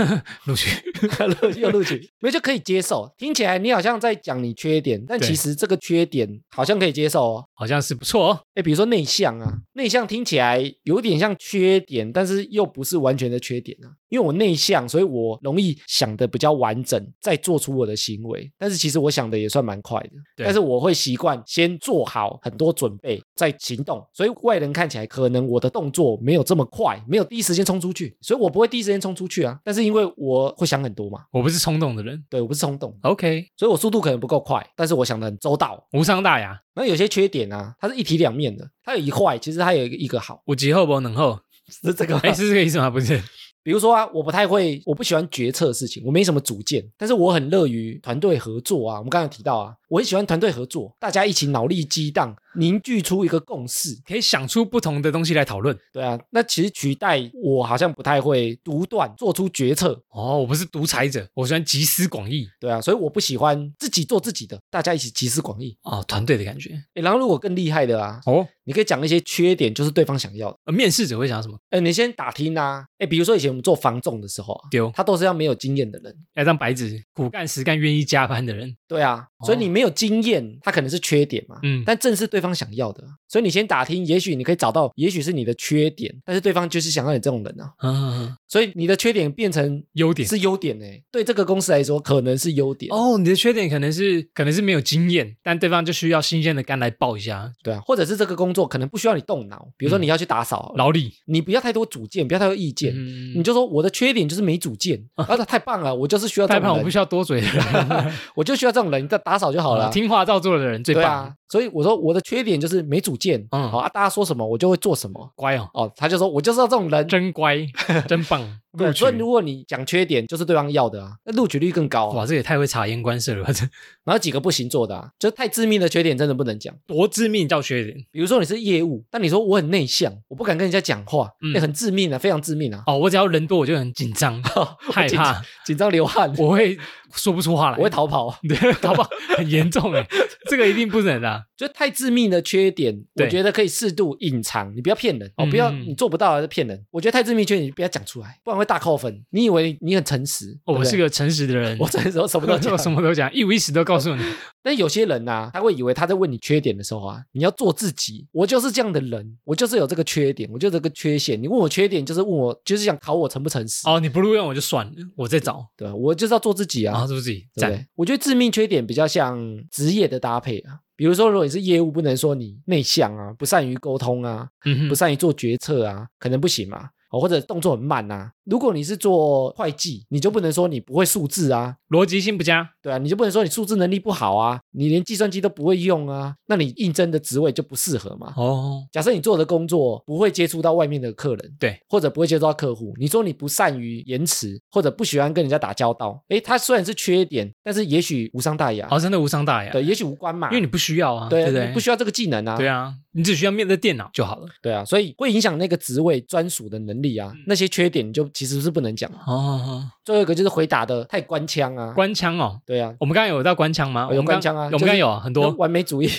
Speaker 1: 陆续，
Speaker 2: 录又录取，哦没有就可以接受。听起来你好像在讲你缺点，但
Speaker 1: 对
Speaker 2: 其实这个缺点好像可以接受哦。
Speaker 1: 好像是不错哦。
Speaker 2: 哎，比如说内向啊，内向听起来有点像缺点，但是又不是完全的缺点啊。因为我内向，所以我容易想的比较完整，再做出我的行为。但是其实我想的也算蛮快的，
Speaker 1: 对
Speaker 2: 但是我会习惯先做好很多准备再行动，所以外人看起来可能我的动作没有这么快，没有第一时间冲出去，所以我不会第一时间冲出去啊。但是因为我会想很多嘛，
Speaker 1: 我不是冲动的人
Speaker 2: 对我不是冲动，
Speaker 1: ，OK，
Speaker 2: 所以我速度可能不够快，但是我想的很周到。
Speaker 1: 无伤大雅。
Speaker 2: 那有些缺点啊，它是一体两面的，它有一坏，其实它有一个一个好，
Speaker 1: 有几后不能 后，
Speaker 2: 是这个
Speaker 1: 哎，是这个意思吗？不是，
Speaker 2: 比如说啊，我不太会，我不喜欢决策事情，我没什么主见，但是我很乐于团队合作啊。我们刚才有提到啊，我很喜欢团队合作，大家一起脑力激荡，凝聚出一个共识。
Speaker 1: 可以想出不同的东西来讨论。
Speaker 2: 对啊，那其实取代我好像不太会独断做出决策。
Speaker 1: 哦，我不是独裁者，我喜欢集思广益
Speaker 2: 对啊，所以我不喜欢自己做自己的，大家一起集思广益。
Speaker 1: 哦，团队的感觉。
Speaker 2: 诶然后如果更厉害的啊，
Speaker 1: 哦，
Speaker 2: 你可以讲一些缺点，就是对方想要的。
Speaker 1: 呃面试者会想什么？
Speaker 2: 哎，你先打听啊，哎，比如说以前我们做房仲的时候啊，
Speaker 1: 丢
Speaker 2: 他都是要没有经验的人，
Speaker 1: 要让白纸苦干实干、愿意加班的人。
Speaker 2: 对啊，
Speaker 1: 哦
Speaker 2: 所以你没有经验，他可能是缺点嘛，
Speaker 1: 嗯
Speaker 2: 但正是对方想要的啊。所以你先打听，也许你可以找到，也许是你的缺点，但是对方就是想要你这种人啊。
Speaker 1: 啊，
Speaker 2: 所以你的缺点变成
Speaker 1: 优点
Speaker 2: 是优点呢、对这个公司来说可能是优点，
Speaker 1: 哦，你的缺点可能是可能是没有经验，但对方就需要新鲜的肝来爆一下
Speaker 2: 对啊，或者是这个工作可能不需要你动脑，比如说
Speaker 1: 嗯
Speaker 2: 你要去打扫，
Speaker 1: 劳力。
Speaker 2: 你不要太多主见，不要太多意见，
Speaker 1: 嗯
Speaker 2: 哦你就说我的缺点就是没主见，啊，那太棒了，我就是需要这
Speaker 1: 太
Speaker 2: 种
Speaker 1: 胖，
Speaker 2: 人，
Speaker 1: 我不需要多嘴的人，
Speaker 2: 我就需要这种人，你再打扫就 好了啊。
Speaker 1: 听话照做的人最
Speaker 2: 对
Speaker 1: 棒
Speaker 2: 啊。，所以我说我的缺点就是没主见，
Speaker 1: 嗯
Speaker 2: 好啊，大家说什么我就会做什么。
Speaker 1: 乖哦，
Speaker 2: 哦，他就说我就是要这种人。
Speaker 1: 真 乖，真棒，录
Speaker 2: 对，
Speaker 1: 取
Speaker 2: 所以。如果你讲缺点，就是对方要的啊，那录取率更高、啊。
Speaker 1: 哇，这也太会察言观色了吧！这
Speaker 2: 然后几个不行做的啊，就是太致命的缺点真的不能讲。
Speaker 1: 多致命叫缺点
Speaker 2: 比如说你是业务，但你说我很内向，我不敢跟人家讲话，
Speaker 1: 嗯
Speaker 2: 那、很致命啊，非常致命啊，
Speaker 1: 哦！我只要人多我就很紧 张、害
Speaker 2: 紧张
Speaker 1: 怕，
Speaker 2: 紧张流汗，
Speaker 1: 我会说不出话来，
Speaker 2: 我会逃 跑。啊
Speaker 1: 对，逃 跑很严重哎，这个一定不能啊！
Speaker 2: 就太致命的缺点，我
Speaker 1: 对
Speaker 2: 觉得可以适度隐藏，你不要骗人哦，不要
Speaker 1: 嗯嗯嗯
Speaker 2: 你做不到还是骗人。我觉得太致命缺点你不要讲出来，不然会大扣分。你以为你很诚实，
Speaker 1: 哦我
Speaker 2: 对不
Speaker 1: 是
Speaker 2: 对
Speaker 1: 个诚实的人，
Speaker 2: 我真的候什么都讲
Speaker 1: 我，什么都讲，一五一十都告 诉你。
Speaker 2: 但有些人呐、他会以为他在问你缺点的时候啊，你要做自己。我就是这样的人，我就是有这个缺点，我就有这个缺陷。你问我缺点，就是问我，就是想考我诚不诚实，
Speaker 1: 哦，你不录用我就算了，我再找，
Speaker 2: 对吧？我就是要做自己
Speaker 1: 然
Speaker 2: 啊，
Speaker 1: 后是不是自己哦
Speaker 2: 对不
Speaker 1: 赞？
Speaker 2: 对？我觉得致命缺点比较像职业的搭配啊。比如说，如果你是业务，不能说你内向啊，不善于沟通啊，
Speaker 1: 嗯
Speaker 2: 不
Speaker 1: 哼，
Speaker 2: 善于做决策啊，可能不行嘛。哦，或者动作很慢啊。如果你是做会计，你就不能说你不会数字啊，
Speaker 1: 逻辑性不佳，
Speaker 2: 对啊，你就不能说你数字能力不好啊，你连计算机都不会用啊，那你应征的职位就不适合嘛。
Speaker 1: 哦，
Speaker 2: 假设你做的工作不会接触到外面的客人，
Speaker 1: 对，
Speaker 2: 或者不会接触到客户，你说你不善于延迟，或者不喜欢跟人家打交道，诶，他虽然是缺点，但是也许无伤大雅，
Speaker 1: 哦，真的无伤大雅，
Speaker 2: 对，也许无关嘛，
Speaker 1: 因为你不需要啊，
Speaker 2: 对啊
Speaker 1: 不
Speaker 2: 你
Speaker 1: 对？
Speaker 2: 不需要这个技能啊，
Speaker 1: 对啊，你只需要面对电脑就好了。
Speaker 2: 对啊，所以会影响那个职位专属的能力啊，那些缺点你就其实是不能讲。
Speaker 1: 嗯哦，
Speaker 2: 最后一个就是回答的太官腔啊，
Speaker 1: 官腔哦，
Speaker 2: 对啊，
Speaker 1: 我们刚刚有到官腔吗？
Speaker 2: 有
Speaker 1: 我们刚
Speaker 2: 官腔啊
Speaker 1: 我们刚
Speaker 2: 就
Speaker 1: 刚
Speaker 2: 是
Speaker 1: 有啊很多。
Speaker 2: 完美主 义。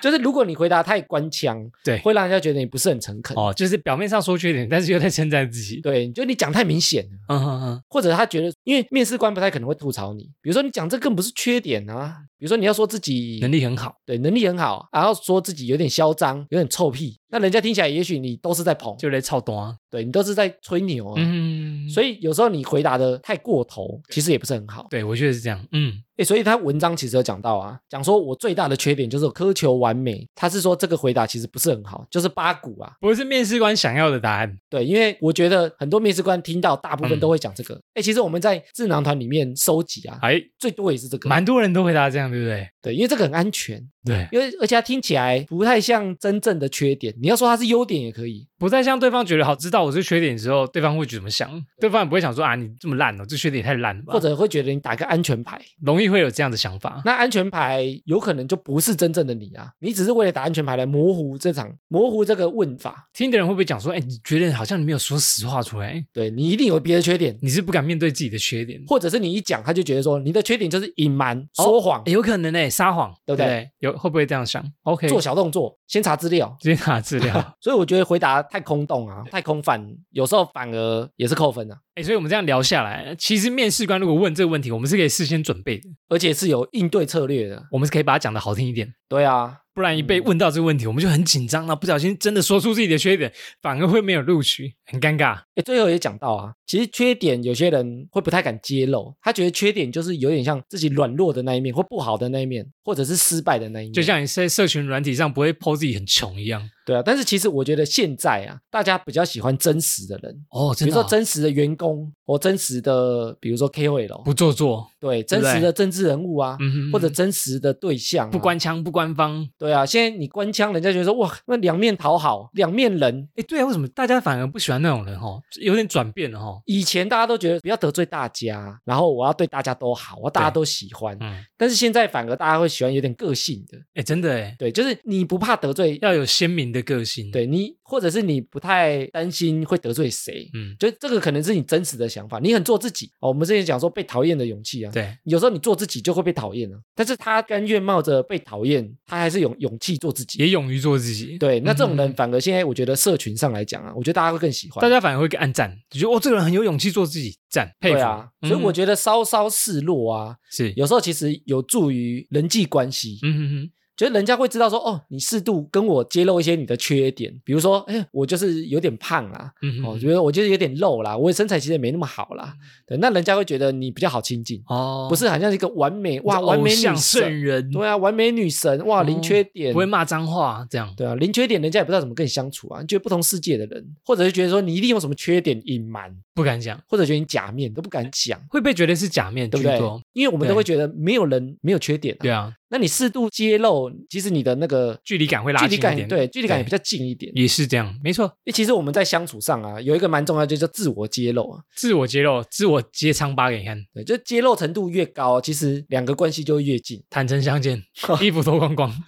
Speaker 2: 就是如果你回答太官腔，
Speaker 1: 对
Speaker 2: 会让人家觉得你不是很诚 恳。
Speaker 1: 哦，就是表面上说缺点，但是又在称赞自己。
Speaker 2: 对，就你讲太明显了，
Speaker 1: 嗯嗯嗯，
Speaker 2: 或者他觉得，因为面试官不太可能会吐槽你。比如说你讲这更不是缺点啊，比如说你要说自己
Speaker 1: 能力很好，
Speaker 2: 对能力很好，然后说自己有点嚣张，有点臭屁，那人家听起来也许你都是在捧，
Speaker 1: 就来操多啊。
Speaker 2: 对你都是在吹牛啊。
Speaker 1: 嗯，
Speaker 2: 所以有时候你回答的太过头，其实也不是很好。
Speaker 1: 对我觉得是这样。嗯，
Speaker 2: 诶，所以他文章其实有讲到啊，讲说我最大的缺点就是我苛求完美。他是说这个回答其实不是很好，就是八股啊。
Speaker 1: 不是面试官想要的答案。
Speaker 2: 对，因为我觉得很多面试官听到大部分
Speaker 1: 嗯
Speaker 2: 都会讲这个。诶，其实我们在智囊团里面收集啊，
Speaker 1: 哎，
Speaker 2: 最多也是这个。
Speaker 1: 蛮多人都回答这样，对不对？
Speaker 2: 对，因为这个很安全，
Speaker 1: 对，
Speaker 2: 因为而且它听起来不太像真正的缺点。你要说它是优点也可以。
Speaker 1: 不再像对方觉得好知道我这缺点之后，对方会怎么想？对方也不会想说啊，你这么烂哦，这缺点也太烂了吧？
Speaker 2: 或者会觉得你打个安全牌，
Speaker 1: 容易会有这样的想法。
Speaker 2: 那安全牌有可能就不是真正的你啊，你只是为了打安全牌来模糊这场模糊这个问法。
Speaker 1: 听的人会不会讲说，哎，你觉得好像你没有说实话出来，
Speaker 2: 对你一定有别的缺点，
Speaker 1: 你是不敢面对自己的缺点？
Speaker 2: 或者是你一讲，他就觉得说你的缺点就是隐瞒、
Speaker 1: 哦
Speaker 2: 说谎、
Speaker 1: 有可能哎，撒谎，
Speaker 2: 对不对
Speaker 1: 有会不会这样想？OK，
Speaker 2: 做小动作，先查资料。
Speaker 1: 直接拿资料。
Speaker 2: 所以我觉得回答太空洞啊，太空泛，有时候反而也是扣分啊，
Speaker 1: 哎，所以我们这样聊下来，其实面试官如果问这个问题，我们是可以事先准备的，
Speaker 2: 而且是有应对策略的。
Speaker 1: 我们是可以把它讲的好听一点。
Speaker 2: 对啊，
Speaker 1: 不然一被问到这个问题，我们就很紧张了，不小心真的说出自己的缺点，反而会没有录取，很尴尬。
Speaker 2: 诶，最后也讲到啊，其实缺点有些人会不太敢揭露，他觉得缺点就是有点像自己软弱的那一面，或不好的那一面，或者是失败的那一面。
Speaker 1: 就像你在社群软体上不会 PO 自己很穷一样。
Speaker 2: 对啊，但是其实我觉得现在啊，大家比较喜欢真实的人。
Speaker 1: 哦，
Speaker 2: 比
Speaker 1: 真
Speaker 2: 如
Speaker 1: 的、
Speaker 2: 说真实的员工，或真实的，比如说 KOL，
Speaker 1: 不做作，
Speaker 2: 对，真实的政治人物啊，
Speaker 1: 嗯哼，
Speaker 2: 或者真实的对象啊、
Speaker 1: 不官腔不官方。
Speaker 2: 对啊，现在你官腔，人家觉得说哇，那两面讨好，两面人。
Speaker 1: 哎，对啊，为什么大家反而不喜欢那种人哦？有点转变了哦。
Speaker 2: 以前大家都觉得不要得罪大家，然后我要对大家都好，我要大家都喜欢。
Speaker 1: 嗯，
Speaker 2: 但是现在反而大家会喜欢有点个性的，
Speaker 1: 哎，真的哎，
Speaker 2: 对，就是你不怕得罪，
Speaker 1: 要有鲜明的个性。，
Speaker 2: 对你，或者是你不太担心会得罪谁。
Speaker 1: 嗯，
Speaker 2: 就这个可能是你真实的想法，你很做自己哦。我们之前讲说被讨厌的勇气啊，
Speaker 1: 对，
Speaker 2: 有时候你做自己就会被讨厌啊。但是他甘愿冒着被讨厌，他还是有勇气做自己。
Speaker 1: 也勇于做自己。，
Speaker 2: 对，那这种
Speaker 1: 嗯
Speaker 2: 人反而现在我觉得社群上来讲啊，我觉得大家会更喜欢。
Speaker 1: 大家反而会暗赞，就觉得哦，这个人很有勇气做自己，赞佩服。嗯
Speaker 2: 对啊，所以我
Speaker 1: 得
Speaker 2: 觉得稍稍示弱啊，
Speaker 1: 是，
Speaker 2: 有时候其实有助于人际关系。
Speaker 1: 嗯哼哼，
Speaker 2: 就是人家会知道说，哦，你适度跟我揭露一些你的缺点，比如说，哎，我就是有点胖啦，
Speaker 1: 嗯
Speaker 2: 哦，
Speaker 1: 哼，
Speaker 2: 觉得我就是有点肉啦，我的身材其实也没那么好啦，对，那人家会觉得你比较好亲近，
Speaker 1: 哦
Speaker 2: 不是好像一个完美哇，完美
Speaker 1: 偶
Speaker 2: 女
Speaker 1: 像
Speaker 2: 神，
Speaker 1: 圣人，
Speaker 2: 对啊，完美女神哇，零缺点
Speaker 1: 不会骂脏话这样。
Speaker 2: 对啊，零缺点人家也不知道怎么跟你相处啊，觉得不同世界的人，或者是觉得说你一定有什么缺点隐瞒，
Speaker 1: 不敢讲，
Speaker 2: 或者觉得你假面都不敢讲，
Speaker 1: 会被觉得是假面
Speaker 2: 对
Speaker 1: 居
Speaker 2: 不对
Speaker 1: 多。？
Speaker 2: 因为我们
Speaker 1: 对
Speaker 2: 都会觉得没有人没有缺点、啊，
Speaker 1: 对啊，
Speaker 2: 那你适度揭露，其实你的那个
Speaker 1: 距离感会拉
Speaker 2: 距
Speaker 1: 近
Speaker 2: 离
Speaker 1: 一点。
Speaker 2: 感，对，距离感也比
Speaker 1: 较
Speaker 2: 较近一点。
Speaker 1: 也是这样，没错。
Speaker 2: 其实我们在相处上啊，有一个蛮重要的，就是叫自我揭露啊。
Speaker 1: 自我揭露，自我揭疮疤给你看，
Speaker 2: 对，就揭露程度越高，其实两个关系就会越近。
Speaker 1: 坦诚相 见，衣服脱光光，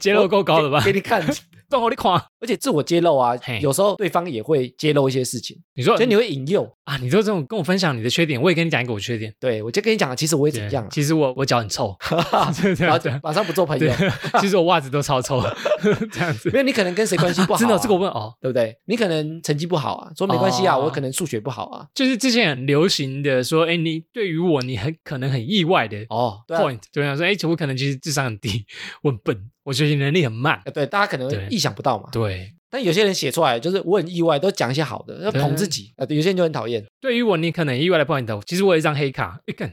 Speaker 1: 揭露够高了吧
Speaker 2: 给？你看，
Speaker 1: 都好你垮。
Speaker 2: 而且自我揭露啊
Speaker 1: 嘿，
Speaker 2: 有时候对方也会揭露一些事情，
Speaker 1: 你说
Speaker 2: 所以你会引诱。
Speaker 1: 啊，你都这种跟我分享你的缺点，我也跟你讲一个我缺点。
Speaker 2: 对我就跟你讲啊，其实我也怎
Speaker 1: 对
Speaker 2: 样啊，
Speaker 1: 其实我我脚很 臭，对
Speaker 2: 然
Speaker 1: 对
Speaker 2: 后就
Speaker 1: 对
Speaker 2: 马上不做朋友。
Speaker 1: 对，其实我袜子都超臭， 这样子
Speaker 2: 没。有，你可能跟谁关系不好、啊
Speaker 1: 啊 真的，这个我问哦，
Speaker 2: 对不对？你可能成绩不好啊，说没关系啊，
Speaker 1: 哦
Speaker 2: 我可能数学不好啊。
Speaker 1: 就是之前很流行的说，哎，你对于我，你很可能很意外的
Speaker 2: 哦，对啊
Speaker 1: point，就想说，哎，我可能其实智商很低， 我很笨，我学习能力很慢
Speaker 2: 呃，对，大家可能
Speaker 1: 对
Speaker 2: 会意想不到嘛。
Speaker 1: 对。
Speaker 2: 但有些人写出来就是我很意外，都讲一些好的，要捧自己啊、对有些人就很讨厌。
Speaker 1: 对于我，你可能很意外的 point，其实我有一张黑卡，哎 干，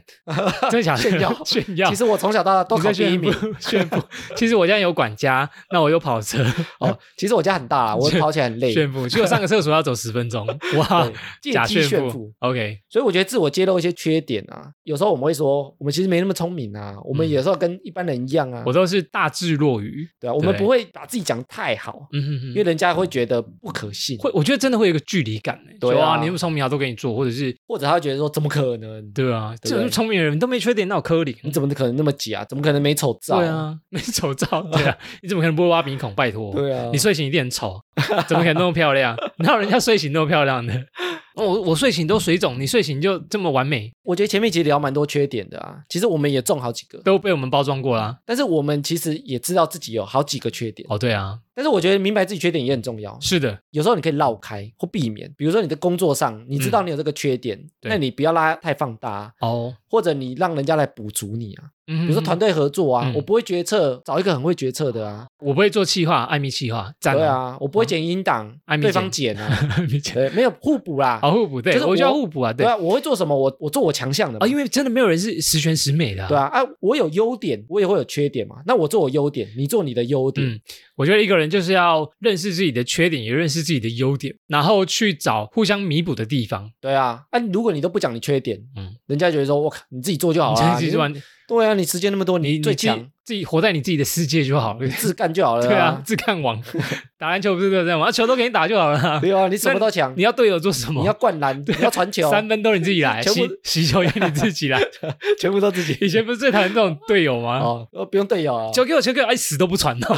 Speaker 1: 真的假的？
Speaker 2: 炫耀
Speaker 1: 炫耀。
Speaker 2: 其实我从小到大都
Speaker 1: 你在
Speaker 2: 考第一
Speaker 1: 炫
Speaker 2: 名
Speaker 1: 富，炫富。其实我家有管 家，那我有跑车，
Speaker 2: 哦。其实我家很大啦，我跑起来很累。
Speaker 1: 炫富。就上个厕所要走十分 钟，哇
Speaker 2: 对，
Speaker 1: 假
Speaker 2: 借机
Speaker 1: 炫富
Speaker 2: 炫富。。
Speaker 1: OK，
Speaker 2: 所以我觉得自我揭露一些缺点啊，有时候我们会说我们其实没那么聪明啊，我们
Speaker 1: 嗯
Speaker 2: 有时候跟一般人一样啊，
Speaker 1: 我都是大智若愚。
Speaker 2: 对啊，我们
Speaker 1: 对
Speaker 2: 不会把自己讲太好，
Speaker 1: 嗯哼哼，
Speaker 2: 因为人家会觉得不可信，
Speaker 1: 会，我觉得真的会有一个距离感、欸。
Speaker 2: 对啊
Speaker 1: 说你那么聪明啊，都给你做，或者是
Speaker 2: 或者他会觉得说怎么可能？
Speaker 1: 对啊，
Speaker 2: 对
Speaker 1: 这种聪明的人都没缺点，那有颗粒。
Speaker 2: 你怎么可能那么假？怎么可能没丑照？
Speaker 1: 对，啊， 没丑照，对 啊，你怎么可能不会挖鼻孔？拜托，
Speaker 2: 对啊，
Speaker 1: 你睡醒一定很丑，怎么可能那么漂 亮？哪有人家睡醒那么漂亮的？哦我我睡醒都水肿，你睡醒就这么完美，
Speaker 2: 我觉得前面其实聊蛮多缺点的啊，其实我们也中好几个，
Speaker 1: 都被我们包装过啦。
Speaker 2: 但是我们其实也知道自己有好几个缺点，
Speaker 1: 哦，对啊，
Speaker 2: 但是我觉得明白自己缺点也很重要。
Speaker 1: 是的，
Speaker 2: 有时候你可以绕开或避免，比如说你的工作上，你知道你有这个缺点，
Speaker 1: 嗯对
Speaker 2: 那你不要拉太放大，
Speaker 1: 哦，
Speaker 2: 或者你让人家来补足你啊。
Speaker 1: 嗯，
Speaker 2: 比如说团，队合作啊，
Speaker 1: 嗯
Speaker 2: 我不会决策，找一个很会决策的啊，
Speaker 1: 我不会做气话，艾米气话，赞
Speaker 2: 对
Speaker 1: 哦，
Speaker 2: 啊，我不会剪音档
Speaker 1: 艾，米
Speaker 2: 对
Speaker 1: 剪
Speaker 2: 方剪 啊，
Speaker 1: 艾米姐，
Speaker 2: 对，没有互补啦。
Speaker 1: 好互补，对，
Speaker 2: 就是
Speaker 1: 我就要
Speaker 2: 我
Speaker 1: 互补啊，对
Speaker 2: 对
Speaker 1: 啊，
Speaker 2: 啊，我会做什么？我我做我强项的嘛。
Speaker 1: 因为真的没有人是十全十美的，
Speaker 2: 对啊，啊，我有优点，我也会有缺点嘛。那我做我优点，你做你的优点，
Speaker 1: 嗯，我觉得一个人就是要认识自己的缺点，也认识自己的优点，然后去找互相弥补的地方。
Speaker 2: 对啊。啊，如果你都不讲你缺点，
Speaker 1: 嗯
Speaker 2: 嗯，人家觉得说，我靠，你自己做就好了、啊。
Speaker 1: 你自己做完，
Speaker 2: 对啊，你时间那么多，
Speaker 1: 你
Speaker 2: 你最
Speaker 1: 自己
Speaker 2: 强，
Speaker 1: 自己活在你自己的世界就好了。
Speaker 2: 自干就好 了、
Speaker 1: 对啊，，自看 网，打篮球不是都这样吗？啊球都给你打就好了啊。
Speaker 2: 对啊，你什么都 强，
Speaker 1: 你要队友做什么？啊
Speaker 2: 你要灌篮，你要传球，
Speaker 1: 三分都你自己来，
Speaker 2: 全
Speaker 1: 洗
Speaker 2: 部
Speaker 1: 洗球也你自己 来。
Speaker 2: 全部都 自己。
Speaker 1: 以前不是最讨厌这种队友吗？
Speaker 2: 哦，呃不用队友啊，
Speaker 1: 球
Speaker 2: 就
Speaker 1: 给我，球给我，哎，死都不传哦。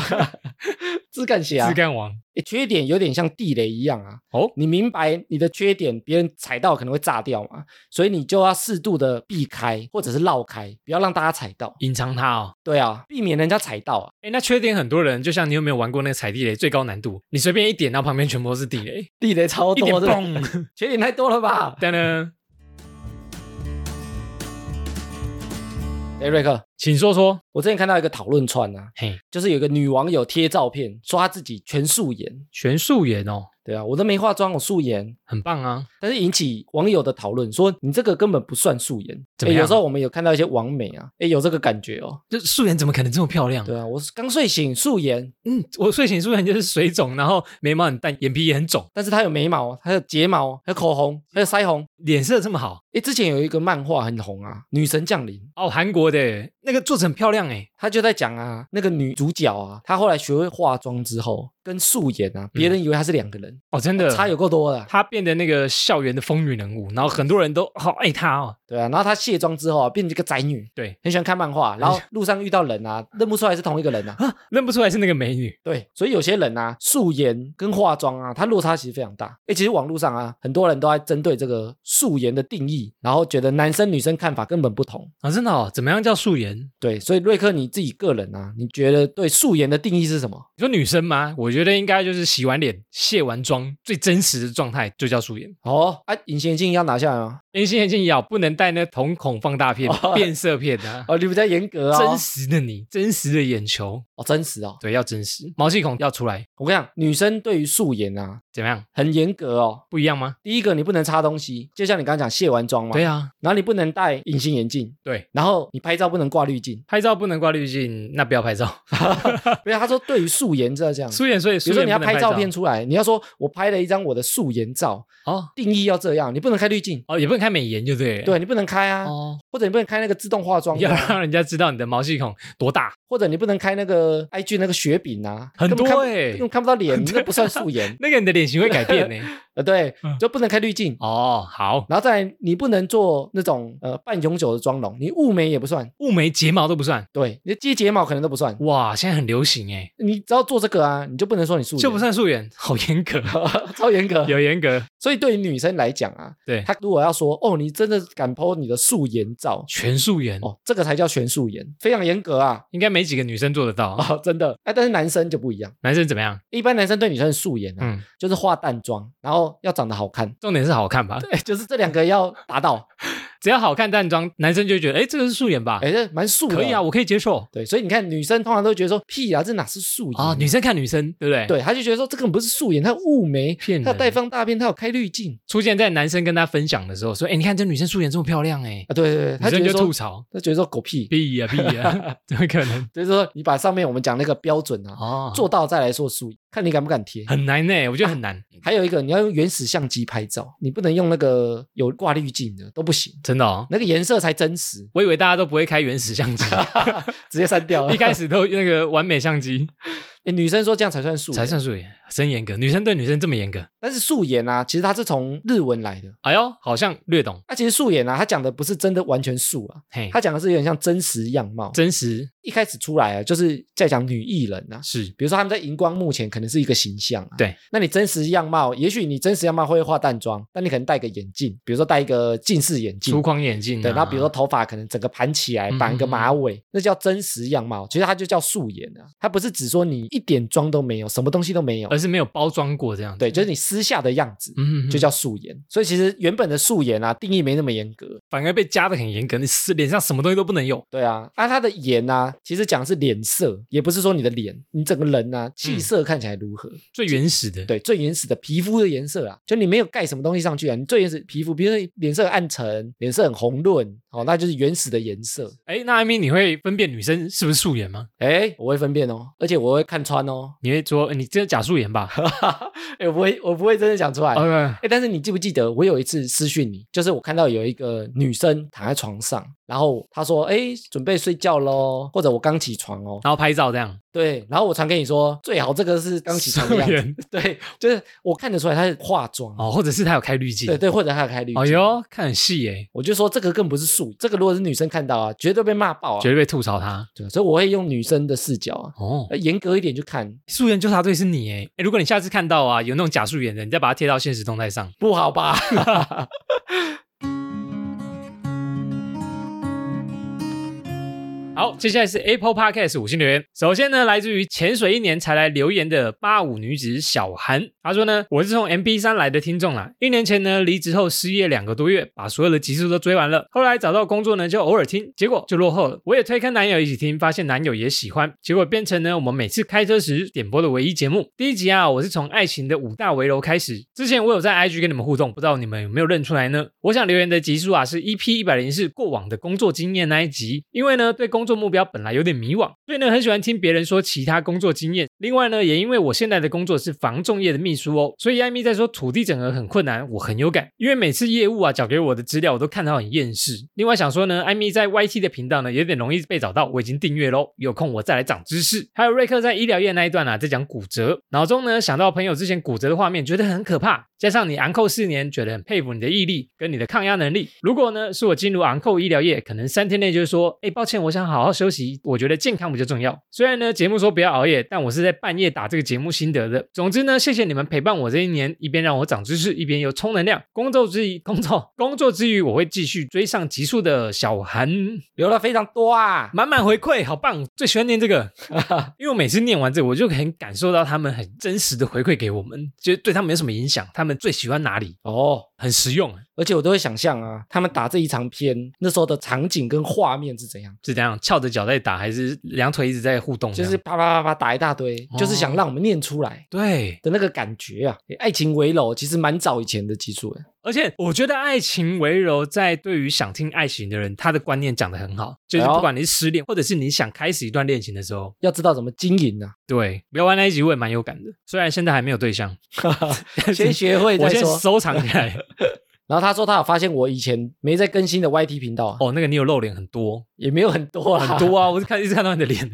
Speaker 2: 自干写啊
Speaker 1: 自。干王，
Speaker 2: 诶缺点有点像地雷一样啊。
Speaker 1: 哦
Speaker 2: 你明白你的缺点，别人踩到可能会炸掉嘛，所以你就要适度的避开或者是绕开，不要让大家踩到。
Speaker 1: 隐藏他哦。
Speaker 2: 对啊，避免人家踩到啊。
Speaker 1: 哎，那缺点很多人，就像你有没有玩过那个踩地雷最高难度？你随便一点，然后旁边全部都是地 雷，
Speaker 2: 地雷超
Speaker 1: 一点
Speaker 2: 多的，
Speaker 1: 嘣。
Speaker 2: 缺点太多了吧？
Speaker 1: 噔 噔，
Speaker 2: 哎，瑞克，
Speaker 1: 请说说。
Speaker 2: 我之前看到一个讨论串啊，
Speaker 1: 嘿，
Speaker 2: 就是有一个女网友贴照片，说她自己全素颜，
Speaker 1: 全素颜哦，
Speaker 2: 对啊，我都没化妆，我素颜。
Speaker 1: 很棒啊。
Speaker 2: 但是引起网友的讨论，说你这个根本不算素颜。
Speaker 1: 怎么
Speaker 2: 诶
Speaker 1: 样
Speaker 2: 有时候我们有看到一些网美啊，哎，有这个感觉哦。
Speaker 1: 这素颜怎么可能这么漂亮？
Speaker 2: 对啊，我是刚睡醒素颜，
Speaker 1: 嗯，我睡醒素颜就是水肿，然后眉毛很淡，眼皮也很肿，
Speaker 2: 但是她有眉毛，还有睫毛，还有口红，还有腮红。
Speaker 1: 脸色这么好
Speaker 2: 哎，之前有一个漫画很红啊，《女神降临》，
Speaker 1: 哦。韩国的那个作者很漂亮哎，
Speaker 2: 他就在讲啊，那个女主角啊，她后来学会化妆之后，跟素颜啊，别人以为她是两个人，
Speaker 1: 哦，嗯真的，
Speaker 2: 差有够多的啊。
Speaker 1: 她变得那个校园的风云人物，然后很多人都好爱她哦。
Speaker 2: 对啊，然后她卸妆之后啊，变成一个宅女，
Speaker 1: 对，
Speaker 2: 很喜欢看漫画，然后路上遇到人啊，认不出来是同一个人啊。
Speaker 1: 啊，认不出来是那个美女，
Speaker 2: 对，所以有些人啊，素颜跟化妆啊，它落差其实非常大。诶，其实网络上啊，很多人都在针对这个素颜的定义，然后觉得男生女生看法根本不同。
Speaker 1: 啊，真的哦，怎么样叫素颜？
Speaker 2: 对，所以瑞克你自己个人啊，你觉得对素颜的定义是什么？
Speaker 1: 你说女生吗？我觉得应该就是洗完脸、卸完妆，最真实的状态就叫素颜。
Speaker 2: 哦，啊，隐形眼镜要拿下来吗？
Speaker 1: 隐形眼镜也好，不能戴那瞳孔放大片、
Speaker 2: 哦
Speaker 1: 变色片啊。
Speaker 2: 哦，你比较严格啊、哦，
Speaker 1: 真实的你，真实的眼球，
Speaker 2: 哦，真实哦。
Speaker 1: 对，要真实，毛细孔要出来，
Speaker 2: 我跟你讲，女生对于素颜啊
Speaker 1: 怎么样？
Speaker 2: 很严格哦。
Speaker 1: 不一样吗？
Speaker 2: 第一个，你不能擦东西，就像你刚刚讲卸完妆嘛，
Speaker 1: 对啊，
Speaker 2: 然后你不能戴隐形眼镜，
Speaker 1: 对，
Speaker 2: 然后你拍照不能挂 滤镜。
Speaker 1: 拍照不能挂滤镜，那不要拍照。
Speaker 2: 所以他说，对于素颜这这样，
Speaker 1: 素颜，所以
Speaker 2: 嗯比
Speaker 1: 素
Speaker 2: 如说
Speaker 1: 颜
Speaker 2: 你要
Speaker 1: 不能
Speaker 2: 拍
Speaker 1: 拍
Speaker 2: 照片出来，你要说我拍了一张我的素颜照，
Speaker 1: 哦
Speaker 2: 定义要这样，你不能开滤镜，
Speaker 1: 哦，也不能开美颜，就对了。
Speaker 2: 对你不能开啊，
Speaker 1: 哦，
Speaker 2: 或者你不能开那个自动化妆的
Speaker 1: 要
Speaker 2: 啊、
Speaker 1: 让人家知道你的毛细孔多大，
Speaker 2: 或者你不能开那个 IG 那个雪饼啊，
Speaker 1: 很多
Speaker 2: 根本看不
Speaker 1: 哎、，
Speaker 2: 根本看不到脸，那不算素颜
Speaker 1: 那个你的脸型会改变呢、
Speaker 2: 呃，对
Speaker 1: 嗯，
Speaker 2: 就不能开滤镜。
Speaker 1: 哦，好，
Speaker 2: 然后再来你不能做那种呃半永久的妆容，你雾眉也不算，
Speaker 1: 雾眉睫毛都不算，
Speaker 2: 对，你接睫毛可能都不算，
Speaker 1: 哇，现在很流行哎、
Speaker 2: 你只要做这个啊，你就不能说你素颜，
Speaker 1: 就不算素 颜，好严格，
Speaker 2: 超严格。
Speaker 1: 有严格，
Speaker 2: 所以对于女生来讲啊，
Speaker 1: 对，
Speaker 2: 她如果要说哦，你真的敢 PO 你的素颜照
Speaker 1: 全素颜、
Speaker 2: 哦，这个才叫全素颜，非常严格啊
Speaker 1: 应该没几个女生做得到。
Speaker 2: 啊、真的。哎，但是男生就不一样，
Speaker 1: 男生怎么样？
Speaker 2: 一般男生对女生的素颜啊，
Speaker 1: 嗯，
Speaker 2: 就是化淡妆，然后要长得好看，
Speaker 1: 重点是好看吧？
Speaker 2: 哎，就是这两个要达到，
Speaker 1: 只要好看淡妆，男生就会觉得，哎，这个是素颜吧？
Speaker 2: 哎，这蛮素的，
Speaker 1: 可以啊，。我可以接受
Speaker 2: 对，所以你看，女生通常都觉得说屁啊，这哪是素颜
Speaker 1: 啊。女生看女生，对不对？，
Speaker 2: 对，她就觉得说这根本不是素颜，她有雾眉，
Speaker 1: 骗人
Speaker 2: 她有带放大片，她有开滤镜
Speaker 1: 出现在男生跟她分享的时候，说，哎，你看这女生素颜这么漂亮，哎
Speaker 2: 啊，，对对对，她
Speaker 1: 女
Speaker 2: 觉
Speaker 1: 生
Speaker 2: 得
Speaker 1: 就
Speaker 2: 说
Speaker 1: 吐，槽，
Speaker 2: 她觉得说狗屁，
Speaker 1: 屁呀屁 呀，怎么可能？
Speaker 2: 就是说你把上面我们讲那个标准啊，
Speaker 1: 哦，
Speaker 2: 做到再来说素颜，看你敢不敢贴。
Speaker 1: 很难呢，我觉得很难，
Speaker 2: 还有一个，你要用原始相机拍照，你不能用那个有挂滤镜的都不行，
Speaker 1: 真的哦。
Speaker 2: 那个颜色才真实，
Speaker 1: 我以为大家都不会开原始 相机，
Speaker 2: 直接删掉 了。
Speaker 1: 一开始都那个完美相机
Speaker 2: 诶女生说这样才算素颜，
Speaker 1: 才算素颜，真严格。女生对女生这么严格，
Speaker 2: 但是素颜啊，其实它是从日文来的。
Speaker 1: 哎呦，好像略懂。
Speaker 2: 它、其实素颜啊，它讲的不是真的完全素啊，
Speaker 1: 嘿，
Speaker 2: 它讲的是有点像真实样貌。
Speaker 1: 真实
Speaker 2: 一开始出来啊，就是在讲女艺人啊，
Speaker 1: 是
Speaker 2: 比如说他们在荧光幕前可能是一个形象、啊，
Speaker 1: 对。
Speaker 2: 那你真实样貌，也许你真实样貌会化淡妆，但你可能戴个眼镜，比如说戴一个近视眼镜
Speaker 1: 粗。框眼镜、啊，
Speaker 2: 对，然后比如说头发可能整个盘起来，
Speaker 1: 嗯
Speaker 2: 绑一个马尾，那叫真实样貌。其实它就叫素颜啊，它不是只说你一点妆都没有，什么东西都没有
Speaker 1: 而，是没有包装过这样子。
Speaker 2: 对，就是你私下的样子。
Speaker 1: 呃嗯，嗯，嗯
Speaker 2: 就叫素颜，所以其实原本的素颜啊，定义没那么严格。
Speaker 1: 反而被加的很严格，你是脸上什么东西都不能有。
Speaker 2: 对啊，啊，它的颜啊，其实讲的是脸色，也不是说你的脸，你整个人啊，
Speaker 1: 嗯
Speaker 2: 气色看起来如何？
Speaker 1: 最原始的，
Speaker 2: 对，最原始的皮肤的颜色啊，就你没有盖什么东西上去啊，你最原始皮肤，比如说脸色暗沉，脸色很红润，哦，那就是原始的颜色。
Speaker 1: 哎，那艾米，你会分辨女生是不是素颜吗？
Speaker 2: 哎，我会分辨哦，而且我会看穿哦，
Speaker 1: 你会说呃你真的假素颜吧？
Speaker 2: 哎，我不会，我不会真的讲出 来。哎、
Speaker 1: 呃，
Speaker 2: 但是你记不记得我有一次私讯你，就是我看到有一个女生躺在床上，然后她说：“哎，准备睡觉喽，或者我刚起床哦。”
Speaker 1: 然后拍照这样，
Speaker 2: 对，然后我传给你说，最好这个是刚起床的样
Speaker 1: 素
Speaker 2: 子。
Speaker 1: 颜
Speaker 2: 对，就是我看得出来她是化妆，
Speaker 1: 哦，或者是她有开滤镜
Speaker 2: 对。对，或者她有开滤镜。
Speaker 1: 哎呦，看很细耶，
Speaker 2: 我就说这个更不是素，这个如果是女生看到啊，绝对被骂爆啊。
Speaker 1: 绝对被吐槽她。
Speaker 2: 对，所以我会用女生的视角啊，
Speaker 1: 哦，
Speaker 2: 呃严格一点去看，
Speaker 1: 素颜纠察队是你哎，诶如果你下次看到啊有那种假素颜的，你再把它贴到现实动态上。
Speaker 2: 不好吧？
Speaker 1: 好，接下来是 Apple Podcast 五星留言。首先呢，来自于潜水一年才来留言的八五女子小韩，她说呢，我是从 MB 三来的听众啦。一年前呢，离职后失业两个多月，把所有的集数都追完了。后来找到工作呢，就偶尔听，结果就落后了。我也推坑男友一起听，发现男友也喜欢，结果变成呢，我们每次开车时点播的唯一节目。第一集啊，我是从爱情的五大围楼开始。之前我有在 IG 跟你们互动，不知道你们有没有认出来呢？我想留言的集数啊，是 EP 一百零四过往的工作经验那一集，因为呢，对工作目标本来有点迷惘，所以呢，很喜欢听别人说其他工作经验。另外呢，也因为我现在的工作是房仲业的秘书哦，所以艾米在说土地整合很困难，我很有感，因为每次业务啊缴给我的资料我都看到很厌世。另外想说呢，艾米在 YT 的频道呢有点容易被找到，我已经订阅喽，有空我再来长知识。还有瑞克在医疗业那一段啊，在讲骨折，脑中呢想到朋友之前骨折的画面，觉得很可怕，加上你昂扣四年，觉得很佩服你的毅力跟你的抗压能力。如果呢是我进入昂扣医疗业，可能三天内就是说，哎，抱歉，我想好好休息，我觉得健康比较重要。虽然呢节目说不要熬夜，但我是在半夜打这个节目心得的。总之呢，谢谢你们陪伴我这一年，一边让我长知识，一边又充能量。工作之余，工作工作之余，我会继续追上极速的小韩。
Speaker 2: 留了非常多啊。
Speaker 1: 满满回馈，好棒！最喜欢念这 个，因为我每次念完这个，我就很感受到他们很真实的回馈给我们，就是对他们有什么影响，他们最喜欢哪里。
Speaker 2: 哦，
Speaker 1: 很实用，
Speaker 2: 而且我都会想象啊，他们打这一长篇那时候的场景跟画面是怎样，
Speaker 1: 是怎样翘着脚在打，还是两腿一直在互动这
Speaker 2: 就
Speaker 1: 样？哦
Speaker 2: 是啪啪啪啪打一大堆，就是想让我们念出来。
Speaker 1: 对，
Speaker 2: 的那个感觉啊，诶爱情围楼其实蛮早以前的技术诶
Speaker 1: 而且我觉得爱情围柔在对于想听爱情的人，他的观念讲得很好，就是
Speaker 2: 哎呦
Speaker 1: 不管你是失恋，或者是你想开始一段恋情的时候，
Speaker 2: 要知道怎么经 营啊，
Speaker 1: 对聊完那一集我也蛮有感的，虽然现在还没有对象，
Speaker 2: 先学会
Speaker 1: 我
Speaker 2: 再
Speaker 1: 先
Speaker 2: 说。
Speaker 1: 收藏起 来。
Speaker 2: 然后他说他有发现我以前没在更新的 YT 频道啊，
Speaker 1: 哦，那个你有露脸很多
Speaker 2: 也没有很多啦，
Speaker 1: 很多啊，我是看一直看到你的脸。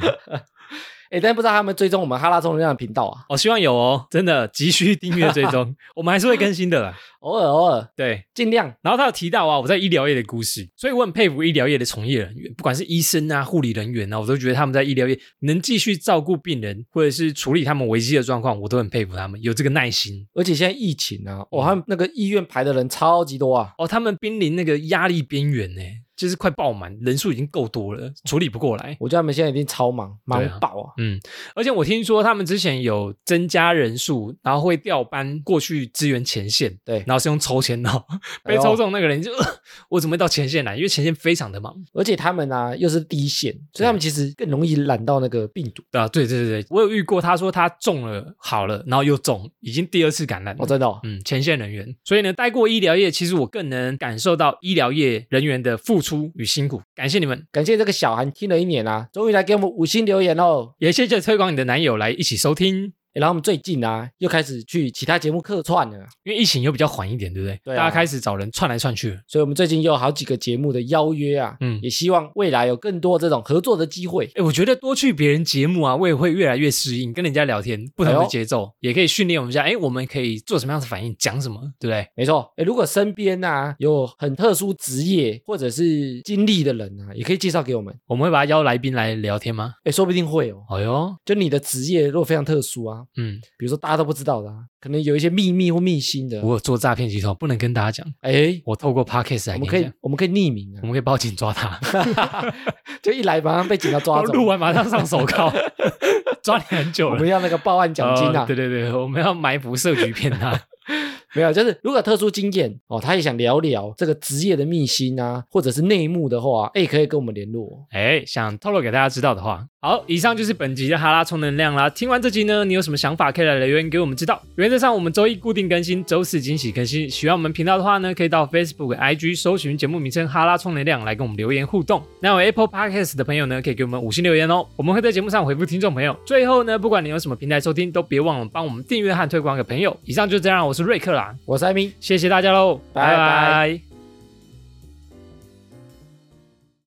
Speaker 2: 诶，但不知道他们追踪我们哈拉充能量的频道啊，
Speaker 1: 我、希望有哦，真的急需订阅追踪，我们还是会更新的啦。
Speaker 2: 偶尔偶尔
Speaker 1: 对，
Speaker 2: 尽量。
Speaker 1: 然后他有提到啊，我在医疗业的故事，所以我很佩服医疗业的从业人员，不管是医生啊、护理人员啊，我都觉得他们在医疗业能继续照顾病人或者是处理他们危机的状况，我都很佩服他们有这个耐心。
Speaker 2: 而且现在疫情啊，
Speaker 1: 嗯
Speaker 2: 哇，他们那个医院排的人超级多啊，
Speaker 1: 哦，他们濒临那个压力边缘呢，就是快爆满，人数已经够多了，处理不过来。
Speaker 2: 我觉得他们现在一定超忙，
Speaker 1: 对啊
Speaker 2: 忙爆啊。
Speaker 1: 嗯，而且我听说他们之前有增加人数，然后会调班过去支援前线，
Speaker 2: 对
Speaker 1: 然后是用抽签的哦，
Speaker 2: 哎
Speaker 1: 被
Speaker 2: 呦
Speaker 1: 抽中那个人就、呃我怎么会到前线来？因为前线非常的忙。
Speaker 2: 而且他们啊又是第一线，所以他们其实更容易染到那个病毒。
Speaker 1: 啊，对对对对，我有遇过，他说他中了好了，然后又中，已经第二次感染了。
Speaker 2: 哦，真的、哦，
Speaker 1: 嗯，前线人员，所以呢，待过医疗业，其实我更能感受到医疗业人员的付出与辛苦。感谢你们，
Speaker 2: 感谢这个小韩听了一年啊，终于来给我们五星留言哦。
Speaker 1: 也谢谢推广你的男友来一起收听，
Speaker 2: 诶然后我们最近啊又开始去其他节目客串了，
Speaker 1: 因为疫情又比较缓一点，对不对？
Speaker 2: 对啊
Speaker 1: 大家开始找人串来串去了。
Speaker 2: 所以我们最近又有好几个节目的邀约啊，
Speaker 1: 嗯
Speaker 2: 也希望未来有更多这种合作的机会。
Speaker 1: 哎，我觉得多去别人节目啊，我也会越来越适应跟人家聊天不同
Speaker 2: 哎
Speaker 1: 的
Speaker 2: 呦
Speaker 1: 节奏，也可以训练我们一下，哎，我们可以做什么样的反应，讲什么，对不对？
Speaker 2: 没错，诶如果身边啊有很特殊职业或者是经历的人啊，也可以介绍给我们，
Speaker 1: 我们会把他邀来宾来聊天吗？
Speaker 2: 诶说不定会哦。
Speaker 1: 哎呦，
Speaker 2: 就你的职业如果非常特殊啊，
Speaker 1: 嗯，
Speaker 2: 比如说大家都不知道的、啊，可能有一些秘密或秘辛的，啊
Speaker 1: 我有做诈骗集团，不能跟大家讲。
Speaker 2: 哎，
Speaker 1: 我透过 podcast 来跟
Speaker 2: 我们
Speaker 1: 你
Speaker 2: 可以
Speaker 1: 讲，
Speaker 2: 我们可以匿名
Speaker 1: 我们可以报警抓 他，
Speaker 2: 啊，嗯就一来马上被警察 抓走，
Speaker 1: 录完马上上手铐， 抓你很久
Speaker 2: 我
Speaker 1: 了
Speaker 2: 们。要那个报案奖金啊，
Speaker 1: 呃对对对，我们要埋伏设局骗他。
Speaker 2: 没有，就是如果特殊经验哦，他也想聊聊这个职业的秘辛啊，或者是内幕的话，哎，可以跟我们联络。
Speaker 1: 哎，想透露给大家知道的话，好，以上就是本集的哈拉充能量啦。听完这集呢，你有什么想法可以来留言给我们知道。原则上我们周一固定更新，周四惊喜更新。喜欢我们频道的话呢，可以到 Facebook、IG 搜寻节目名称“哈拉充能量”来跟我们留言互动。那有 Apple Podcast 的朋友呢，可以给我们五星留言哦，我们会在节目上回复听众朋友。最后呢，不管你用什么平台收听，都别忘了帮我们订阅和推广给朋友。以上就这样，我是瑞克啦，
Speaker 2: 我是艾明，
Speaker 1: 谢谢大家喽，
Speaker 2: 拜拜
Speaker 1: 拜拜